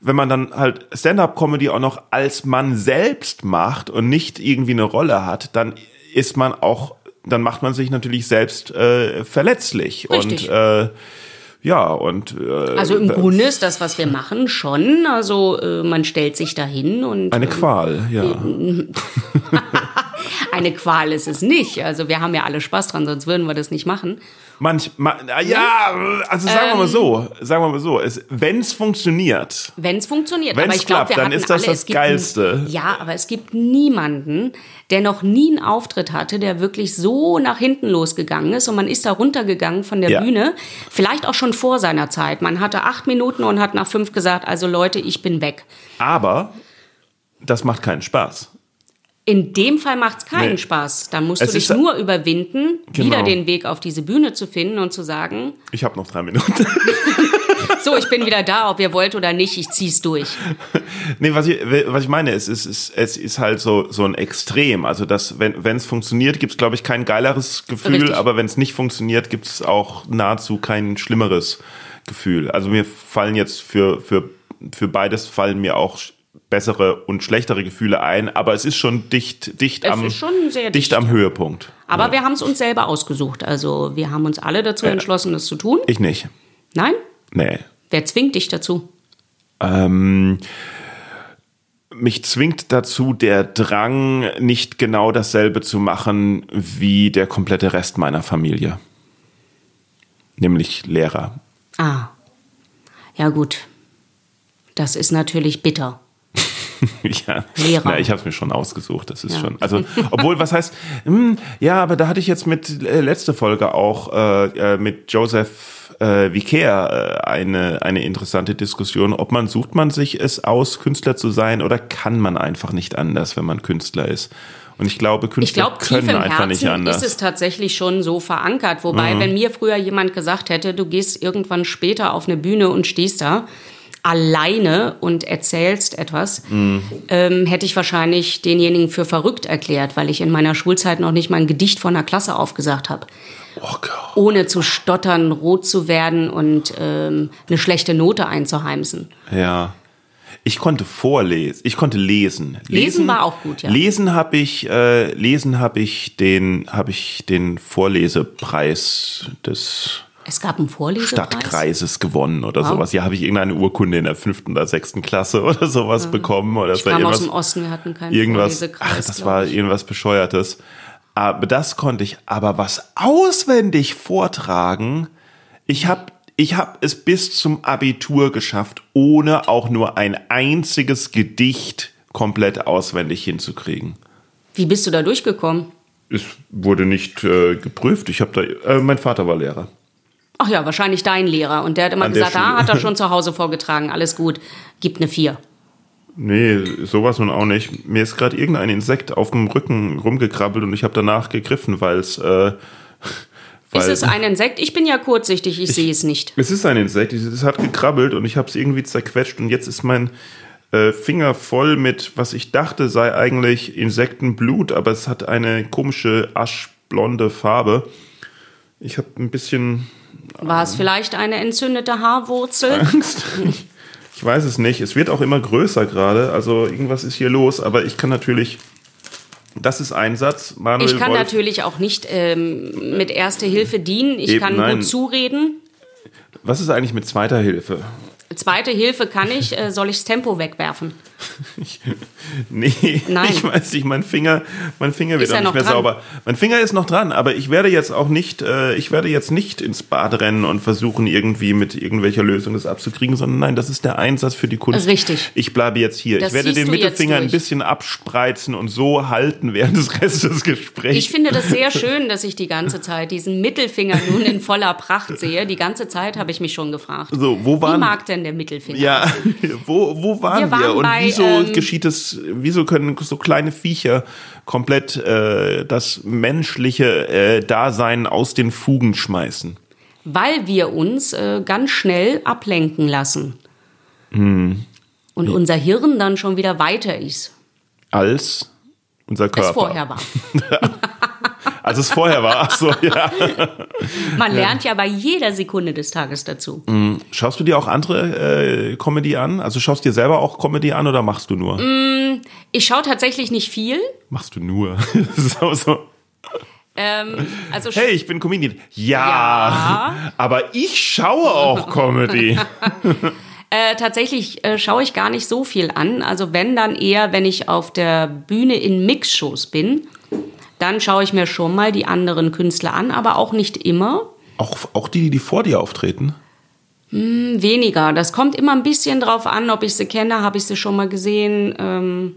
Speaker 1: wenn man dann halt Stand-up-Comedy auch noch als man selbst macht und nicht irgendwie eine Rolle hat, dann ist man auch, dann macht man sich natürlich selbst äh, verletzlich
Speaker 2: Richtig.
Speaker 1: und äh, ja und äh,
Speaker 2: Also im Grunde ist das, was wir machen, schon. Also äh, man stellt sich dahin und
Speaker 1: eine Qual, ja.
Speaker 2: eine Qual ist es nicht. Also wir haben ja alle Spaß dran, sonst würden wir das nicht machen.
Speaker 1: Manchmal, ah, ja, also sagen wir mal so,
Speaker 2: Ähm.
Speaker 1: sagen wir mal so, es, wenn's funktioniert,
Speaker 2: Wenn es funktioniert.
Speaker 1: Wenn's
Speaker 2: aber ich glaub,
Speaker 1: klappt,
Speaker 2: wir
Speaker 1: dann
Speaker 2: hatten
Speaker 1: ist das
Speaker 2: alle,
Speaker 1: das
Speaker 2: es gibt-
Speaker 1: Geilste.
Speaker 2: Ja, aber es gibt niemanden, der noch nie einen Auftritt hatte, der wirklich so nach hinten losgegangen ist und man ist da runtergegangen von der
Speaker 1: Ja.
Speaker 2: Bühne. Vielleicht auch schon vor seiner Zeit. Man hatte acht Minuten und hat nach fünf gesagt, also Leute, ich bin weg.
Speaker 1: aber das macht keinen Spaß.
Speaker 2: In dem Fall macht es keinen
Speaker 1: Nee.
Speaker 2: Spaß. Dann musst
Speaker 1: Es
Speaker 2: du dich
Speaker 1: ist-
Speaker 2: nur überwinden,
Speaker 1: Genau.
Speaker 2: wieder den Weg auf diese Bühne zu finden und zu sagen,
Speaker 1: Ich habe noch drei Minuten.
Speaker 2: so, ich bin wieder da, ob ihr wollt oder nicht, ich zieh's durch.
Speaker 1: Nee, was ich, was ich meine, es ist, es ist, es ist halt so, so ein Extrem. Also, dass, wenn wenn es funktioniert, gibt's glaube ich, kein geileres Gefühl,
Speaker 2: Richtig.
Speaker 1: aber wenn es nicht funktioniert, gibt's auch nahezu kein schlimmeres Gefühl. Also, mir fallen jetzt für, für, für beides fallen mir auch sch- bessere und schlechtere Gefühle ein, aber es ist schon dicht, dicht,
Speaker 2: Es
Speaker 1: am,
Speaker 2: ist schon sehr
Speaker 1: dicht
Speaker 2: dicht.
Speaker 1: am Höhepunkt.
Speaker 2: Aber wir haben es uns selber ausgesucht. Also wir haben uns alle dazu entschlossen, das zu tun.
Speaker 1: Ich nicht.
Speaker 2: Nein?
Speaker 1: Nee.
Speaker 2: Wer zwingt dich dazu?
Speaker 1: Ähm, mich zwingt dazu der Drang, nicht genau dasselbe zu machen wie der komplette Rest meiner Familie. Nämlich Lehrer.
Speaker 2: Ah, ja gut. Das ist natürlich bitter.
Speaker 1: ja.
Speaker 2: Lehrer.
Speaker 1: Na, ich habe es mir schon ausgesucht. Das ist schon. Also, obwohl, was heißt, hm, ja, aber da hatte ich jetzt mit äh, letzte Folge auch äh, äh, mit Joseph äh, Vicaire äh, eine, eine interessante Diskussion, ob man sucht man sich es aus, Künstler zu sein, oder kann man einfach nicht anders, wenn man Künstler ist. Und ich glaube,
Speaker 2: Ich
Speaker 1: Künstler
Speaker 2: glaube, tief
Speaker 1: können
Speaker 2: im
Speaker 1: einfach nicht
Speaker 2: Herzen
Speaker 1: anders. Mhm.
Speaker 2: ist es tatsächlich schon so verankert. Wobei, wenn mir früher jemand gesagt hätte, du gehst irgendwann später auf eine Bühne und stehst da alleine und erzählst etwas,
Speaker 1: Mhm.
Speaker 2: ähm, hätte ich wahrscheinlich denjenigen für verrückt erklärt, weil ich in meiner Schulzeit noch nicht mal ein Gedicht von einer Klasse aufgesagt habe.
Speaker 1: oh Gott.
Speaker 2: ohne zu stottern, rot zu werden und ähm, eine schlechte Note einzuheimsen.
Speaker 1: Ja. Ich konnte vorlesen, ich konnte lesen. Lesen,
Speaker 2: war auch gut, ja.
Speaker 1: Lesen habe ich, äh, lesen habe ich den, habe ich den Vorlesepreis des
Speaker 2: Es gab einen Vorlesepreis.
Speaker 1: Stadtkreises gewonnen oder
Speaker 2: Wow.
Speaker 1: sowas. Ja, habe ich irgendeine Urkunde in der fünften oder sechsten Klasse oder sowas bekommen oder
Speaker 2: Mhm. Ich
Speaker 1: so
Speaker 2: kam aus
Speaker 1: irgendwas.
Speaker 2: dem Osten, wir hatten keinen
Speaker 1: irgendwas.
Speaker 2: Vorlesekreis.
Speaker 1: Ach, das
Speaker 2: glaub
Speaker 1: war
Speaker 2: ich.
Speaker 1: irgendwas bescheuertes. Aber das konnte ich. Aber was auswendig vortragen, ich habe ich hab es bis zum Abitur geschafft, ohne auch nur ein einziges Gedicht komplett auswendig hinzukriegen.
Speaker 2: Wie bist du da durchgekommen?
Speaker 1: Es wurde nicht äh, geprüft. Ich habe da. Äh, mein Vater war Lehrer.
Speaker 2: Ach ja, wahrscheinlich dein Lehrer. Und der hat immer
Speaker 1: An der
Speaker 2: gesagt, ah,
Speaker 1: Schule.
Speaker 2: hat er schon zu Hause vorgetragen, alles gut, gib eine Vier.
Speaker 1: Nee, sowas nun auch nicht. Mir ist gerade irgendein Insekt auf dem Rücken rumgekrabbelt und ich habe danach gegriffen, weil es. Äh,
Speaker 2: Ist es ein Insekt? Ich bin ja kurzsichtig, ich, sehe es nicht.
Speaker 1: Es ist ein Insekt, es hat gekrabbelt und ich habe es irgendwie zerquetscht und jetzt ist mein äh, Finger voll mit, was ich dachte, sei eigentlich Insektenblut, aber es hat eine komische aschblonde Farbe. Ich habe ein bisschen
Speaker 2: War es vielleicht eine entzündete Haarwurzel?
Speaker 1: Angst. Ich weiß es nicht. Es wird auch immer größer gerade. Also irgendwas ist hier los. Aber ich kann natürlich. Das ist ein Satz. Manuel
Speaker 2: Ich kann
Speaker 1: Wolf,
Speaker 2: natürlich auch nicht ähm, mit Erste Hilfe dienen. Ich
Speaker 1: Eben,
Speaker 2: kann
Speaker 1: nein.
Speaker 2: gut zureden.
Speaker 1: Was ist eigentlich mit zweiter Hilfe?
Speaker 2: Zweite Hilfe kann ich, äh, soll ich das Tempo wegwerfen?
Speaker 1: Ich, nee,
Speaker 2: Nein.
Speaker 1: ich weiß nicht, mein Finger, mein Finger wird
Speaker 2: Ist
Speaker 1: auch
Speaker 2: er
Speaker 1: nicht
Speaker 2: noch
Speaker 1: mehr
Speaker 2: dran?
Speaker 1: sauber. Mein Finger ist noch dran, aber ich werde jetzt auch nicht, äh, ich werde jetzt nicht ins Bad rennen und versuchen, irgendwie mit irgendwelcher Lösung das abzukriegen, sondern nein, das ist der Einsatz für die Kunst.
Speaker 2: Richtig.
Speaker 1: Ich bleibe jetzt hier.
Speaker 2: Das
Speaker 1: ich werde
Speaker 2: siehst
Speaker 1: den
Speaker 2: du jetzt
Speaker 1: Mittelfinger ein
Speaker 2: durch.
Speaker 1: bisschen abspreizen und so halten während des Restes des Gesprächs.
Speaker 2: Ich finde das sehr schön, dass ich die ganze Zeit diesen Mittelfinger nun in voller Pracht sehe. Die ganze Zeit habe ich mich schon gefragt.
Speaker 1: So, wo waren-
Speaker 2: Wie mag denn der Mittelfinger?
Speaker 1: Ja, wo, wo waren wir,
Speaker 2: Wir waren
Speaker 1: und
Speaker 2: bei,
Speaker 1: wieso
Speaker 2: ähm,
Speaker 1: geschieht es, wieso können so kleine Viecher komplett äh, das menschliche äh, Dasein aus den Fugen schmeißen?
Speaker 2: Weil wir uns äh, ganz schnell ablenken lassen. Und unser Hirn dann schon wieder weiter ist,
Speaker 1: Als unser Körper.
Speaker 2: als vorher war.
Speaker 1: Als es vorher war. Ach so, ja.
Speaker 2: Man lernt ja bei jeder Sekunde des Tages dazu.
Speaker 1: Schaust du dir auch andere äh, Comedy an? Also schaust dir selber auch Comedy an oder machst du nur?
Speaker 2: Mm. Ich schaue tatsächlich nicht viel.
Speaker 1: Machst du nur. das ist auch so.
Speaker 2: Ähm, also
Speaker 1: Hey, ich bin Comedian. Ja, aber ich schaue auch Comedy.
Speaker 2: Äh, tatsächlich äh, schaue ich gar nicht so viel an. Also wenn dann eher, wenn ich auf der Bühne in Mixshows bin, dann schaue ich mir schon mal die anderen Künstler an, aber auch nicht immer.
Speaker 1: auch, auch die, die vor dir auftreten?
Speaker 2: Hm, Weniger. Das kommt immer ein bisschen drauf an, ob ich sie kenne, habe ich sie schon mal gesehen. Ähm,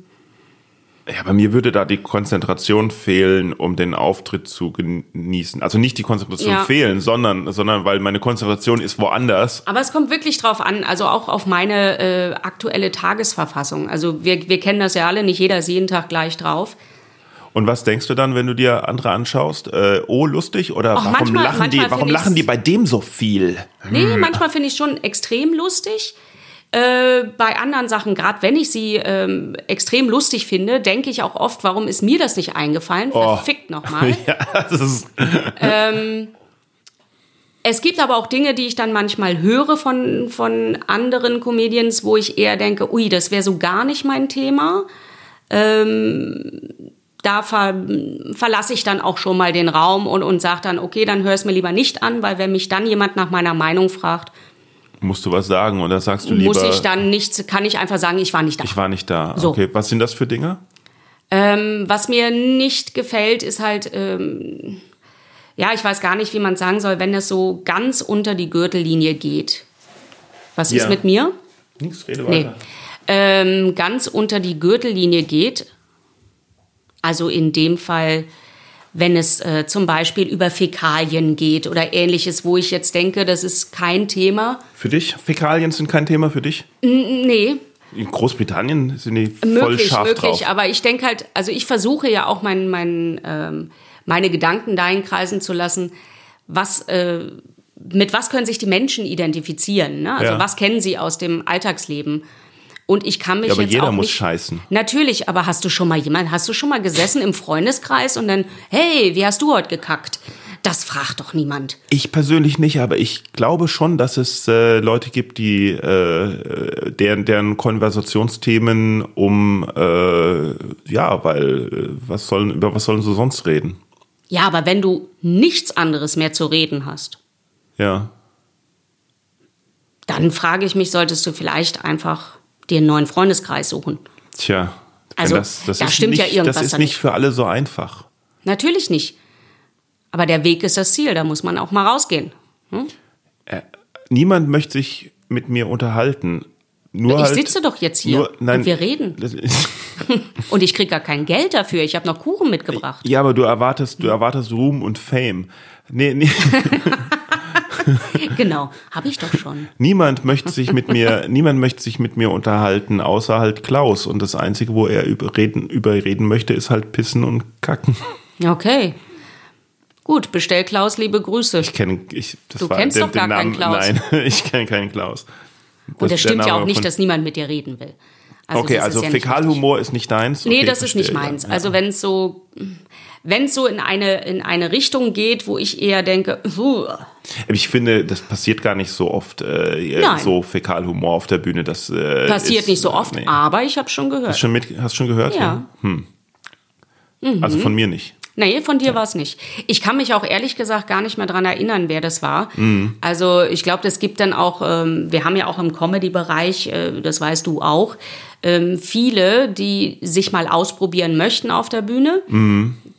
Speaker 1: Ja, bei mir würde da die Konzentration fehlen, um den Auftritt zu genießen. Also nicht die Konzentration
Speaker 2: Ja.
Speaker 1: fehlen, sondern, sondern weil meine Konzentration ist woanders.
Speaker 2: aber es kommt wirklich drauf an, also auch auf meine äh, aktuelle Tagesverfassung. Also wir, wir kennen das ja alle, nicht jeder ist jeden Tag gleich drauf.
Speaker 1: Und was denkst du dann, wenn du dir andere anschaust? Äh, oh, lustig? Oder warum
Speaker 2: manchmal-
Speaker 1: lachen die,
Speaker 2: manchmal
Speaker 1: warum
Speaker 2: find
Speaker 1: lachen
Speaker 2: ich's-
Speaker 1: die bei dem so viel?
Speaker 2: Nee, manchmal finde ich schon extrem lustig. Äh, bei anderen Sachen, gerade wenn ich sie ähm, extrem lustig finde, denke ich auch oft, warum ist mir das nicht eingefallen? Verfickt nochmal.
Speaker 1: Ja, das ist,
Speaker 2: Es gibt aber auch Dinge, die ich dann manchmal höre von, von anderen Comedians, wo ich eher denke, ui, das wäre so gar nicht mein Thema. Ähm, da ver, verlasse ich dann auch schon mal den Raum und, und sage dann, okay, dann hör es mir lieber nicht an, weil wenn mich dann jemand nach meiner Meinung fragt,
Speaker 1: musst du was sagen oder sagst du lieber,
Speaker 2: muss ich dann nichts, kann ich einfach sagen, ich war nicht da.
Speaker 1: ich war nicht da.
Speaker 2: So.
Speaker 1: Okay, was sind das für Dinge?
Speaker 2: Ähm, was mir nicht gefällt, ist halt, ähm, ja, ich weiß gar nicht, wie man sagen soll, wenn das so ganz unter die Gürtellinie geht. Was
Speaker 1: Ja.
Speaker 2: ist mit mir?
Speaker 1: Nix, rede
Speaker 2: Nee. Ähm, ganz unter die Gürtellinie geht. Also in dem Fall, wenn es äh, zum Beispiel über Fäkalien geht oder ähnliches, wo ich jetzt denke, das ist kein Thema.
Speaker 1: Für dich? Fäkalien sind kein Thema für dich?
Speaker 2: Nee,
Speaker 1: In Großbritannien sind die voll
Speaker 2: möglich,
Speaker 1: scharf
Speaker 2: möglich.
Speaker 1: drauf.
Speaker 2: Aber ich denke halt, also ich versuche ja auch mein, mein, ähm, meine Gedanken dahin kreisen zu lassen, was, äh, mit was können sich die Menschen identifizieren? Ne? Also
Speaker 1: Ja.
Speaker 2: was kennen sie aus dem Alltagsleben? Und ich kann mich
Speaker 1: aber
Speaker 2: jetzt
Speaker 1: jeder
Speaker 2: auch
Speaker 1: muss
Speaker 2: nicht,
Speaker 1: scheißen.
Speaker 2: Natürlich, aber hast du schon mal jemand, hast du schon mal gesessen im Freundeskreis und dann, hey, wie hast du heute gekackt? Das fragt doch niemand.
Speaker 1: Ich persönlich nicht, aber ich glaube schon, dass es äh, Leute gibt, die äh, deren, deren Konversationsthemen um äh, ja, weil äh, was sollen über was sollen sie sonst reden?
Speaker 2: Ja, aber wenn du nichts anderes mehr zu reden hast,
Speaker 1: Ja.
Speaker 2: dann frage ich mich, solltest du vielleicht einfach dir einen neuen Freundeskreis suchen?
Speaker 1: Tja.
Speaker 2: Also, da stimmt
Speaker 1: nicht,
Speaker 2: ja irgendwas
Speaker 1: Das ist
Speaker 2: da
Speaker 1: nicht
Speaker 2: nicht.
Speaker 1: für alle so einfach.
Speaker 2: Natürlich nicht. Aber der Weg ist das Ziel, da muss man auch mal rausgehen.
Speaker 1: Niemand möchte sich mit mir unterhalten. Nur
Speaker 2: ich
Speaker 1: halt,
Speaker 2: sitze doch jetzt hier
Speaker 1: nur, nein,
Speaker 2: und wir reden. Und ich krieg gar kein Geld dafür. Ich habe noch Kuchen mitgebracht.
Speaker 1: Ja, aber du erwartest, du erwartest Ruhm und Fame. Nee, nee.
Speaker 2: Genau, habe ich doch schon.
Speaker 1: Niemand möchte sich mit mir, niemand möchte sich mit mir unterhalten, außer halt Klaus. Und das Einzige, wo er überreden, überreden möchte, ist halt Pissen und Kacken.
Speaker 2: Okay. Gut, bestell Klaus liebe Grüße.
Speaker 1: Ich kenne, ich, das
Speaker 2: Du
Speaker 1: war
Speaker 2: kennst doch gar keinen Klaus.
Speaker 1: Nein, ich kenne keinen Klaus.
Speaker 2: Und das stimmt ja auch nicht,
Speaker 1: dass
Speaker 2: dass niemand mit dir reden will. Also
Speaker 1: Okay,
Speaker 2: das ist
Speaker 1: also
Speaker 2: ja nicht richtig.
Speaker 1: Fäkalhumor ist nicht deins.
Speaker 2: Nee,
Speaker 1: okay,
Speaker 2: das ist nicht
Speaker 1: verstehe,
Speaker 2: meins.
Speaker 1: ja.
Speaker 2: Also wenn es so, wenn's so in, eine, in eine Richtung geht, wo ich eher denke, puh,
Speaker 1: Aber Ich finde, das passiert gar nicht so oft, äh,
Speaker 2: Nein.
Speaker 1: so Fäkalhumor auf der Bühne. Das äh,
Speaker 2: passiert
Speaker 1: ist,
Speaker 2: nicht so oft,
Speaker 1: Nee.
Speaker 2: aber ich habe schon gehört.
Speaker 1: Schon mit, hast du schon gehört?
Speaker 2: Ja. Mhm.
Speaker 1: Hm. Also von mir nicht.
Speaker 2: Nee, von dir war es nicht. Ich kann mich auch ehrlich gesagt gar nicht mehr dran erinnern, wer das war. Also ich glaube, das gibt dann auch, ähm, wir haben ja auch im Comedy-Bereich, äh, das weißt du auch, ähm, viele, die sich mal ausprobieren möchten auf der Bühne.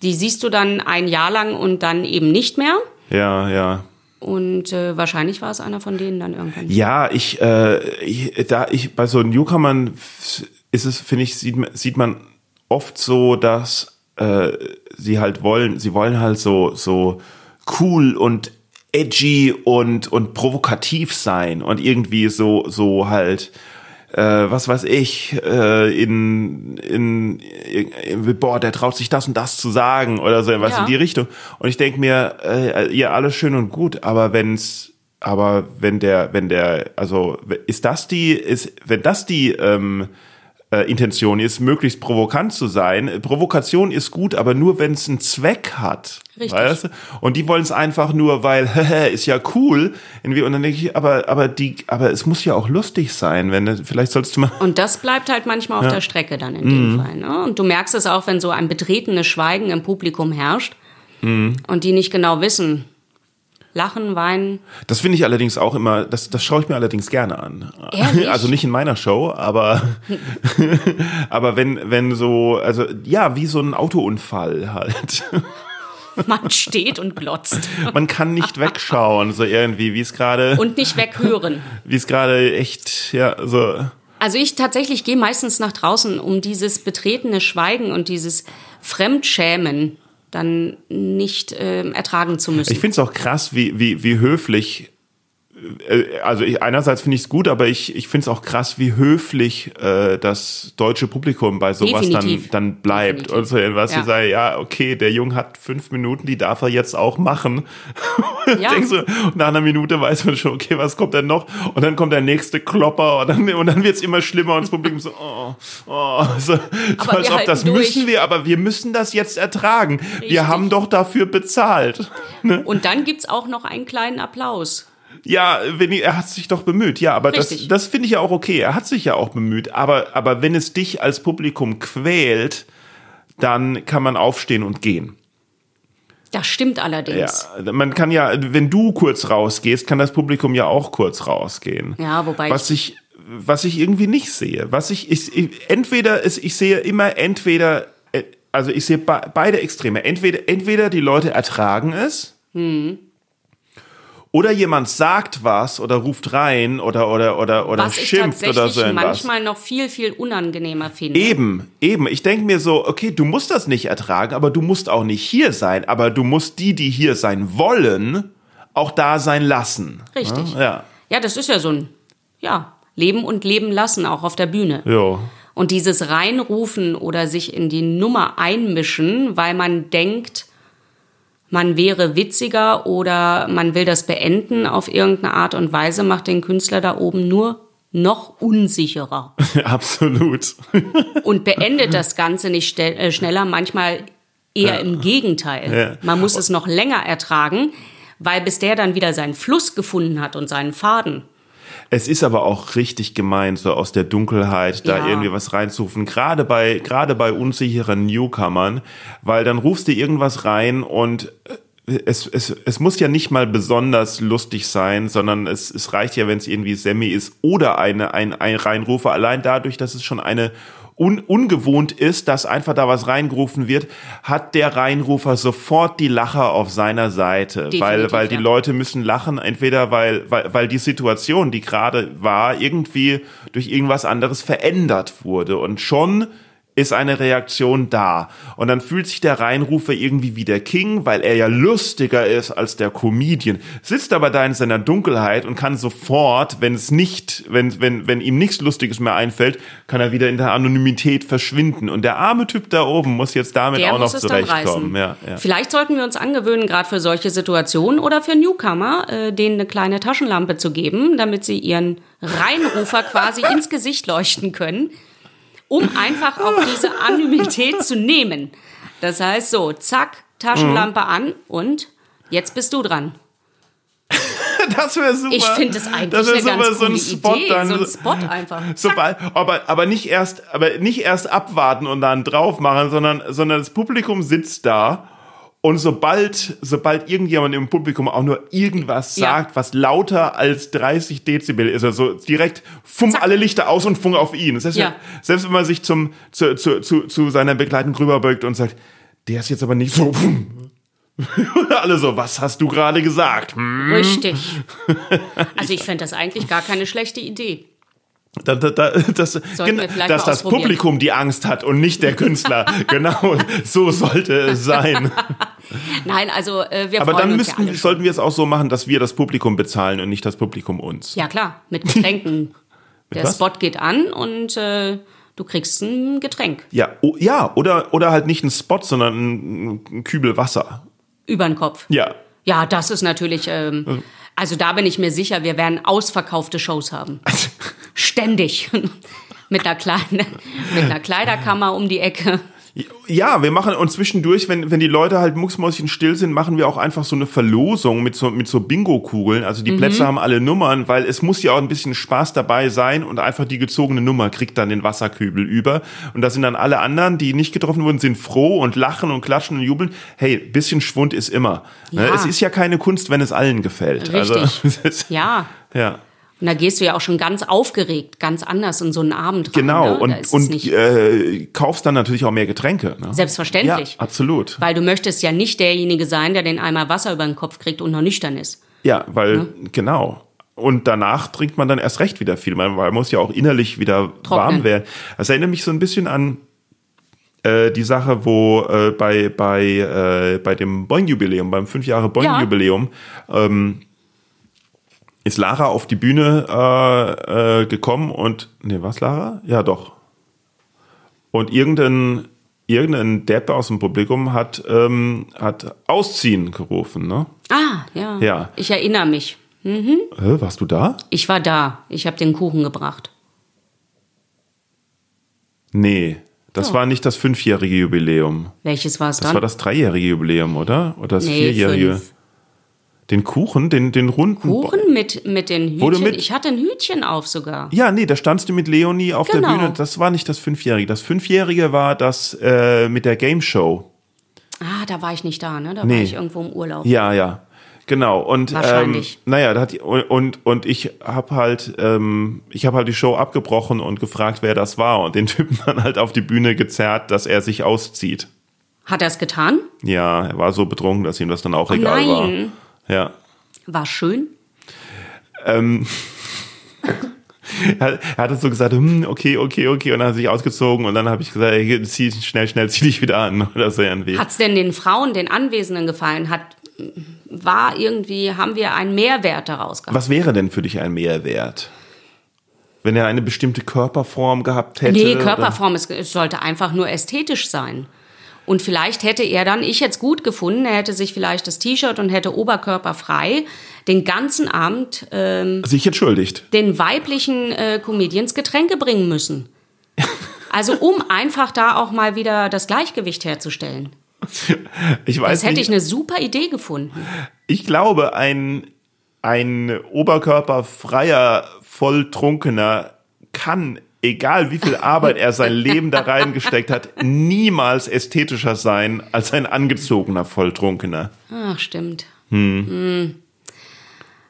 Speaker 2: Die siehst du dann ein Jahr lang und dann eben nicht mehr.
Speaker 1: Ja, ja.
Speaker 2: Und äh, wahrscheinlich war es einer von denen dann irgendwann.
Speaker 1: Ja, ich, äh, ich da ich bei so Newcomern f- ist es finde ich sieht, man- sieht man oft so, dass äh, sie halt wollen, sie wollen halt so so cool und edgy und und provokativ sein und irgendwie so so halt äh, was weiß ich, äh, in, in, in, boah, der traut sich das und das zu sagen oder so, was
Speaker 2: Ja.
Speaker 1: in die Richtung. Und ich denke mir, äh, ja, alles schön und gut, aber wenn's, aber wenn der, wenn der, also ist das die, ist, wenn das die ähm, äh, Intention ist, möglichst provokant zu sein. äh, Provokation ist gut, aber nur wenn es einen Zweck hat.
Speaker 2: Richtig.
Speaker 1: Weißt du? Und die wollen es einfach nur, weil ist ja cool. Irgendwie und dann denke ich, aber aber die, aber es muss ja auch lustig sein, wenn du- vielleicht sollst du mal.
Speaker 2: Und das bleibt halt manchmal auf der Strecke dann in
Speaker 1: Mhm.
Speaker 2: dem Fall. Ne? Und du merkst es auch, wenn so ein betretenes Schweigen im Publikum herrscht
Speaker 1: Mhm.
Speaker 2: und die nicht genau wissen. Lachen, weinen.
Speaker 1: Das finde ich allerdings auch immer, das, das schaue ich mir allerdings gerne an.
Speaker 2: Ehrlich?
Speaker 1: Also nicht in meiner Show, aber, aber wenn, wenn so, also ja, wie so ein Autounfall halt.
Speaker 2: Man steht und glotzt
Speaker 1: Man kann nicht wegschauen, so irgendwie, wie es gerade,
Speaker 2: und nicht weghören.
Speaker 1: wie es gerade echt, ja, so.
Speaker 2: Also ich tatsächlich gehe meistens nach draußen, um dieses betretene Schweigen und dieses Fremdschämen dann nicht ähm, ertragen zu müssen.
Speaker 1: Ich finde es auch krass, wie, wie, wie höflich. äh, Also ich, einerseits finde ich es gut, aber ich, ich finde es auch krass, wie höflich äh, das deutsche Publikum bei sowas dann,
Speaker 2: Definitiv.
Speaker 1: dann bleibt.
Speaker 2: Definitiv.
Speaker 1: Und so etwas, ja.
Speaker 2: Ja.
Speaker 1: sie sagen, ja, okay, der Junge hat fünf Minuten, die darf er jetzt auch machen.
Speaker 2: Ja.
Speaker 1: Denkst du, nach einer Minute weiß man schon, okay, was kommt denn noch? Und dann kommt der nächste Klopper und dann, und dann wird es immer schlimmer und das Publikum so, oh, oh, so, so
Speaker 2: wir
Speaker 1: als ob
Speaker 2: halten
Speaker 1: das
Speaker 2: durch.
Speaker 1: müssen wir, aber wir müssen das jetzt ertragen.
Speaker 2: Richtig.
Speaker 1: Wir haben doch dafür bezahlt.
Speaker 2: Und dann gibt's auch noch einen kleinen Applaus.
Speaker 1: Ja, wenn, ich- er hat sich doch bemüht. Ja, aber das,
Speaker 2: Richtig.
Speaker 1: das finde ich ja auch okay. Er hat sich ja auch bemüht. Aber, aber wenn es dich als Publikum quält, dann kann man aufstehen und gehen.
Speaker 2: Das stimmt
Speaker 1: Ja, also
Speaker 2: allerdings.
Speaker 1: man kann ja, wenn du kurz rausgehst, kann das Publikum ja auch kurz rausgehen.
Speaker 2: Ja, wobei
Speaker 1: was ich, was ich irgendwie nicht sehe, was ich, ich, ich entweder ist, ich sehe immer entweder, äh, also ich sehe be beide Extreme. Entweder, entweder die Leute ertragen es.
Speaker 2: Hm.
Speaker 1: Oder jemand sagt was oder ruft rein oder oder oder oder
Speaker 2: Was ich
Speaker 1: schimpft oder so
Speaker 2: tatsächlich
Speaker 1: etwas.
Speaker 2: manchmal noch viel, viel unangenehmer finde.
Speaker 1: Eben, eben. Ich denke mir so, okay, du musst das nicht ertragen, aber du musst auch nicht hier sein. Aber du musst die, die hier sein wollen, auch da sein lassen.
Speaker 2: Richtig.
Speaker 1: Ja.
Speaker 2: Ja, das ist ja so ein, ja, Leben und Leben lassen, auch auf der Bühne.
Speaker 1: Jo.
Speaker 2: Und dieses Reinrufen oder sich in die Nummer einmischen, weil man denkt, man wäre witziger oder man will das beenden auf irgendeine Art und Weise, macht den Künstler da oben nur noch unsicherer
Speaker 1: Absolut.
Speaker 2: und beendet das Ganze nicht ste- äh, schneller, manchmal eher im Gegenteil. Man muss es noch länger ertragen, weil bis der dann wieder seinen Fluss gefunden hat und seinen Faden.
Speaker 1: Es ist aber auch richtig gemein, so aus der Dunkelheit da
Speaker 2: Ja.
Speaker 1: irgendwie was reinzurufen. Gerade bei, gerade bei unsicheren Newcomern, weil dann rufst du irgendwas rein und äh, es, es, es muss ja nicht mal besonders lustig sein, sondern es, es reicht ja, wenn es irgendwie semi ist oder eine, ein, ein Reinrufer. Allein dadurch, dass es schon eine un, ungewohnt ist, dass einfach da was reingerufen wird, hat der Reinrufer sofort die Lacher auf seiner Seite, weil,
Speaker 2: Definitiv,
Speaker 1: weil die
Speaker 2: ja.
Speaker 1: Leute Leute müssen lachen, entweder weil, weil, weil die Situation, die gerade war, irgendwie durch irgendwas anderes verändert wurde. Und schon ist eine Reaktion da. Und dann fühlt sich der Reinrufer irgendwie wie der King, weil er ja lustiger ist als der Comedian. Sitzt aber da in seiner Dunkelheit und kann sofort, wenn es nicht, wenn, wenn, wenn ihm nichts Lustiges mehr einfällt, kann er wieder in der Anonymität verschwinden. Und der arme Typ da oben muss jetzt damit
Speaker 2: Der
Speaker 1: auch noch
Speaker 2: muss es dann
Speaker 1: zurechtkommen.
Speaker 2: reißen.
Speaker 1: Ja, ja.
Speaker 2: Vielleicht sollten wir uns angewöhnen, gerade für solche Situationen oder für Newcomer, äh, denen eine kleine Taschenlampe zu geben, damit sie ihren Reinrufer quasi ins Gesicht leuchten können, um einfach auch diese Anonymität zu nehmen. Das heißt so, zack, Taschenlampe
Speaker 1: Mhm.
Speaker 2: an und jetzt bist du dran.
Speaker 1: Das wäre super.
Speaker 2: Ich finde es eigentlich
Speaker 1: Das wär
Speaker 2: eine ganz
Speaker 1: super, so ein
Speaker 2: coole
Speaker 1: Spot
Speaker 2: Idee,
Speaker 1: dann.
Speaker 2: so ein Spot einfach.
Speaker 1: Sobald, aber, aber nicht erst, aber nicht erst abwarten und dann drauf machen, sondern, sondern das Publikum sitzt da Und sobald, sobald irgendjemand im Publikum auch nur irgendwas
Speaker 2: Ja.
Speaker 1: sagt, was lauter als 30 Dezibel ist, also direkt fumm
Speaker 2: Zack.
Speaker 1: alle Lichter aus und funk auf ihn. Selbst,
Speaker 2: Ja.
Speaker 1: wenn, selbst wenn man sich zum, zu, zu, zu, zu seiner Begleitung rüberbeugt und sagt, der ist jetzt aber nicht so. fumm. alle so, was hast du gerade gesagt? Hm.
Speaker 2: Richtig. Also ich fände das eigentlich gar keine schlechte Idee.
Speaker 1: Da, da, da, das,
Speaker 2: Sollten
Speaker 1: gen-
Speaker 2: wir vielleicht
Speaker 1: dass
Speaker 2: mal
Speaker 1: das
Speaker 2: ausprobieren.
Speaker 1: Publikum die Angst hat und nicht der Künstler. genau, so sollte es sein.
Speaker 2: Nein, also äh, wir
Speaker 1: Aber
Speaker 2: freuen
Speaker 1: dann
Speaker 2: uns ja
Speaker 1: müssten,
Speaker 2: alle.
Speaker 1: sollten wir es auch so machen, dass wir das Publikum bezahlen und nicht das Publikum uns.
Speaker 2: Ja klar, mit Getränken. Der
Speaker 1: was?
Speaker 2: Spot geht an und äh, du kriegst ein Getränk
Speaker 1: Ja, o, ja oder, oder halt nicht ein Spot, sondern ein, ein Kübel Wasser.
Speaker 2: über den Kopf.
Speaker 1: Ja.
Speaker 2: Ja, das ist natürlich. Ähm, also da bin ich mir sicher, wir werden ausverkaufte Shows haben. Ständig. mit, einer kleinen, mit einer Kleiderkammer um die Ecke.
Speaker 1: Ja, wir machen und zwischendurch, wenn, wenn die Leute halt mucksmäuschen still sind, machen wir auch einfach so eine Verlosung mit so, mit so Bingo-Kugeln. Also die
Speaker 2: Mhm.
Speaker 1: Plätze haben alle Nummern, weil es muss ja auch ein bisschen Spaß dabei sein und einfach die gezogene Nummer kriegt dann den Wasserkübel über. Und da sind dann alle anderen, die nicht getroffen wurden, sind froh und lachen und klatschen und jubeln. Hey, bisschen Schwund ist immer. Ne?
Speaker 2: Ja.
Speaker 1: Es ist ja keine Kunst, wenn es allen gefällt. Also,
Speaker 2: Richtig.
Speaker 1: es ist,
Speaker 2: Ja.
Speaker 1: ja.
Speaker 2: Und da gehst du ja auch schon ganz aufgeregt, ganz anders in so einen Abend rein.
Speaker 1: Genau,
Speaker 2: ne? da ist
Speaker 1: und, und
Speaker 2: es nicht,
Speaker 1: äh, kaufst dann natürlich auch mehr Getränke. Ne?
Speaker 2: Selbstverständlich.
Speaker 1: Ja, absolut.
Speaker 2: weil du möchtest ja nicht derjenige sein, der den Eimer Wasser über den Kopf kriegt und noch nüchtern ist.
Speaker 1: Ja, weil, genau. Und danach trinkt man dann erst recht wieder viel. Man, man muss ja auch innerlich wieder warm werden. Das erinnert mich so ein bisschen an äh, die Sache, wo äh, bei, bei, äh, bei dem Boing-Jubiläum, beim fünf Jahre Boing-Jubiläum, ähm, ist Lara auf die Bühne äh, äh, gekommen und, nee, was Lara? Ja, doch. Und irgendein, irgendein Depp aus dem Publikum hat, ähm, hat Ausziehen gerufen, ne?
Speaker 2: Ah, ja.
Speaker 1: Ja.
Speaker 2: Ich erinnere mich.
Speaker 1: Hä, warst du da?
Speaker 2: Ich war da. Ich habe den Kuchen gebracht.
Speaker 1: Nee, das war nicht das fünfjährige Jubiläum.
Speaker 2: Welches war es
Speaker 1: Das
Speaker 2: Oh. dann?
Speaker 1: war das dreijährige Jubiläum, oder? Oder das
Speaker 2: Nee,
Speaker 1: vierjährige?
Speaker 2: fünf.
Speaker 1: Den Kuchen, den, den runden. Bo-
Speaker 2: Kuchen mit, mit den Hütchen.
Speaker 1: Wurde mit-
Speaker 2: ich hatte ein Hütchen auf sogar.
Speaker 1: Ja, nee, da standst du mit Leonie auf
Speaker 2: Genau.
Speaker 1: der Bühne. Das war nicht das fünfjährige. Das fünfjährige war das äh, mit der Game Show.
Speaker 2: Ah, da war ich nicht da, ne? Da
Speaker 1: Nee.
Speaker 2: war ich irgendwo im Urlaub.
Speaker 1: Ja, ja. Genau. Und
Speaker 2: Wahrscheinlich.
Speaker 1: Ähm, naja, da hat, und, und ich habe halt, ähm, ich habe halt die Show abgebrochen und gefragt, wer das war. Und den Typen dann halt auf die Bühne gezerrt, dass er sich auszieht.
Speaker 2: Hat er es getan?
Speaker 1: Ja, er war so betrunken, dass ihm das dann auch egal
Speaker 2: nein.
Speaker 1: war. Ja.
Speaker 2: War schön.
Speaker 1: Er, er hat so gesagt, hm, okay, okay, okay, und dann hat er sich ausgezogen und dann habe ich gesagt, ey, zieh schnell, schnell, zieh dich wieder an oder so irgendwie.
Speaker 2: Hat es denn den Frauen, den Anwesenden gefallen? Hat war irgendwie, haben wir einen Mehrwert daraus gehabt?
Speaker 1: Was wäre denn für dich ein Mehrwert? Wenn er eine bestimmte Körperform gehabt hätte?
Speaker 2: Nee,
Speaker 1: oder-
Speaker 2: Körperform, es, es sollte einfach nur ästhetisch sein. Und vielleicht hätte er dann, ich hätte es gut gefunden, er hätte sich vielleicht das T-Shirt und hätte Oberkörper frei den ganzen Abend ähm,
Speaker 1: Sich entschuldigt.
Speaker 2: den weiblichen äh, Comedians Getränke bringen müssen. Also um einfach da auch mal wieder das Gleichgewicht herzustellen.
Speaker 1: Ich weiß
Speaker 2: Das hätte ich
Speaker 1: nicht,
Speaker 2: eine super Idee gefunden.
Speaker 1: ich, glaube, ein, ein oberkörperfreier, volltrunkener kann, egal wie viel Arbeit er sein Leben da reingesteckt hat, niemals ästhetischer sein als ein angezogener, volltrunkener.
Speaker 2: Ach, stimmt. Hm.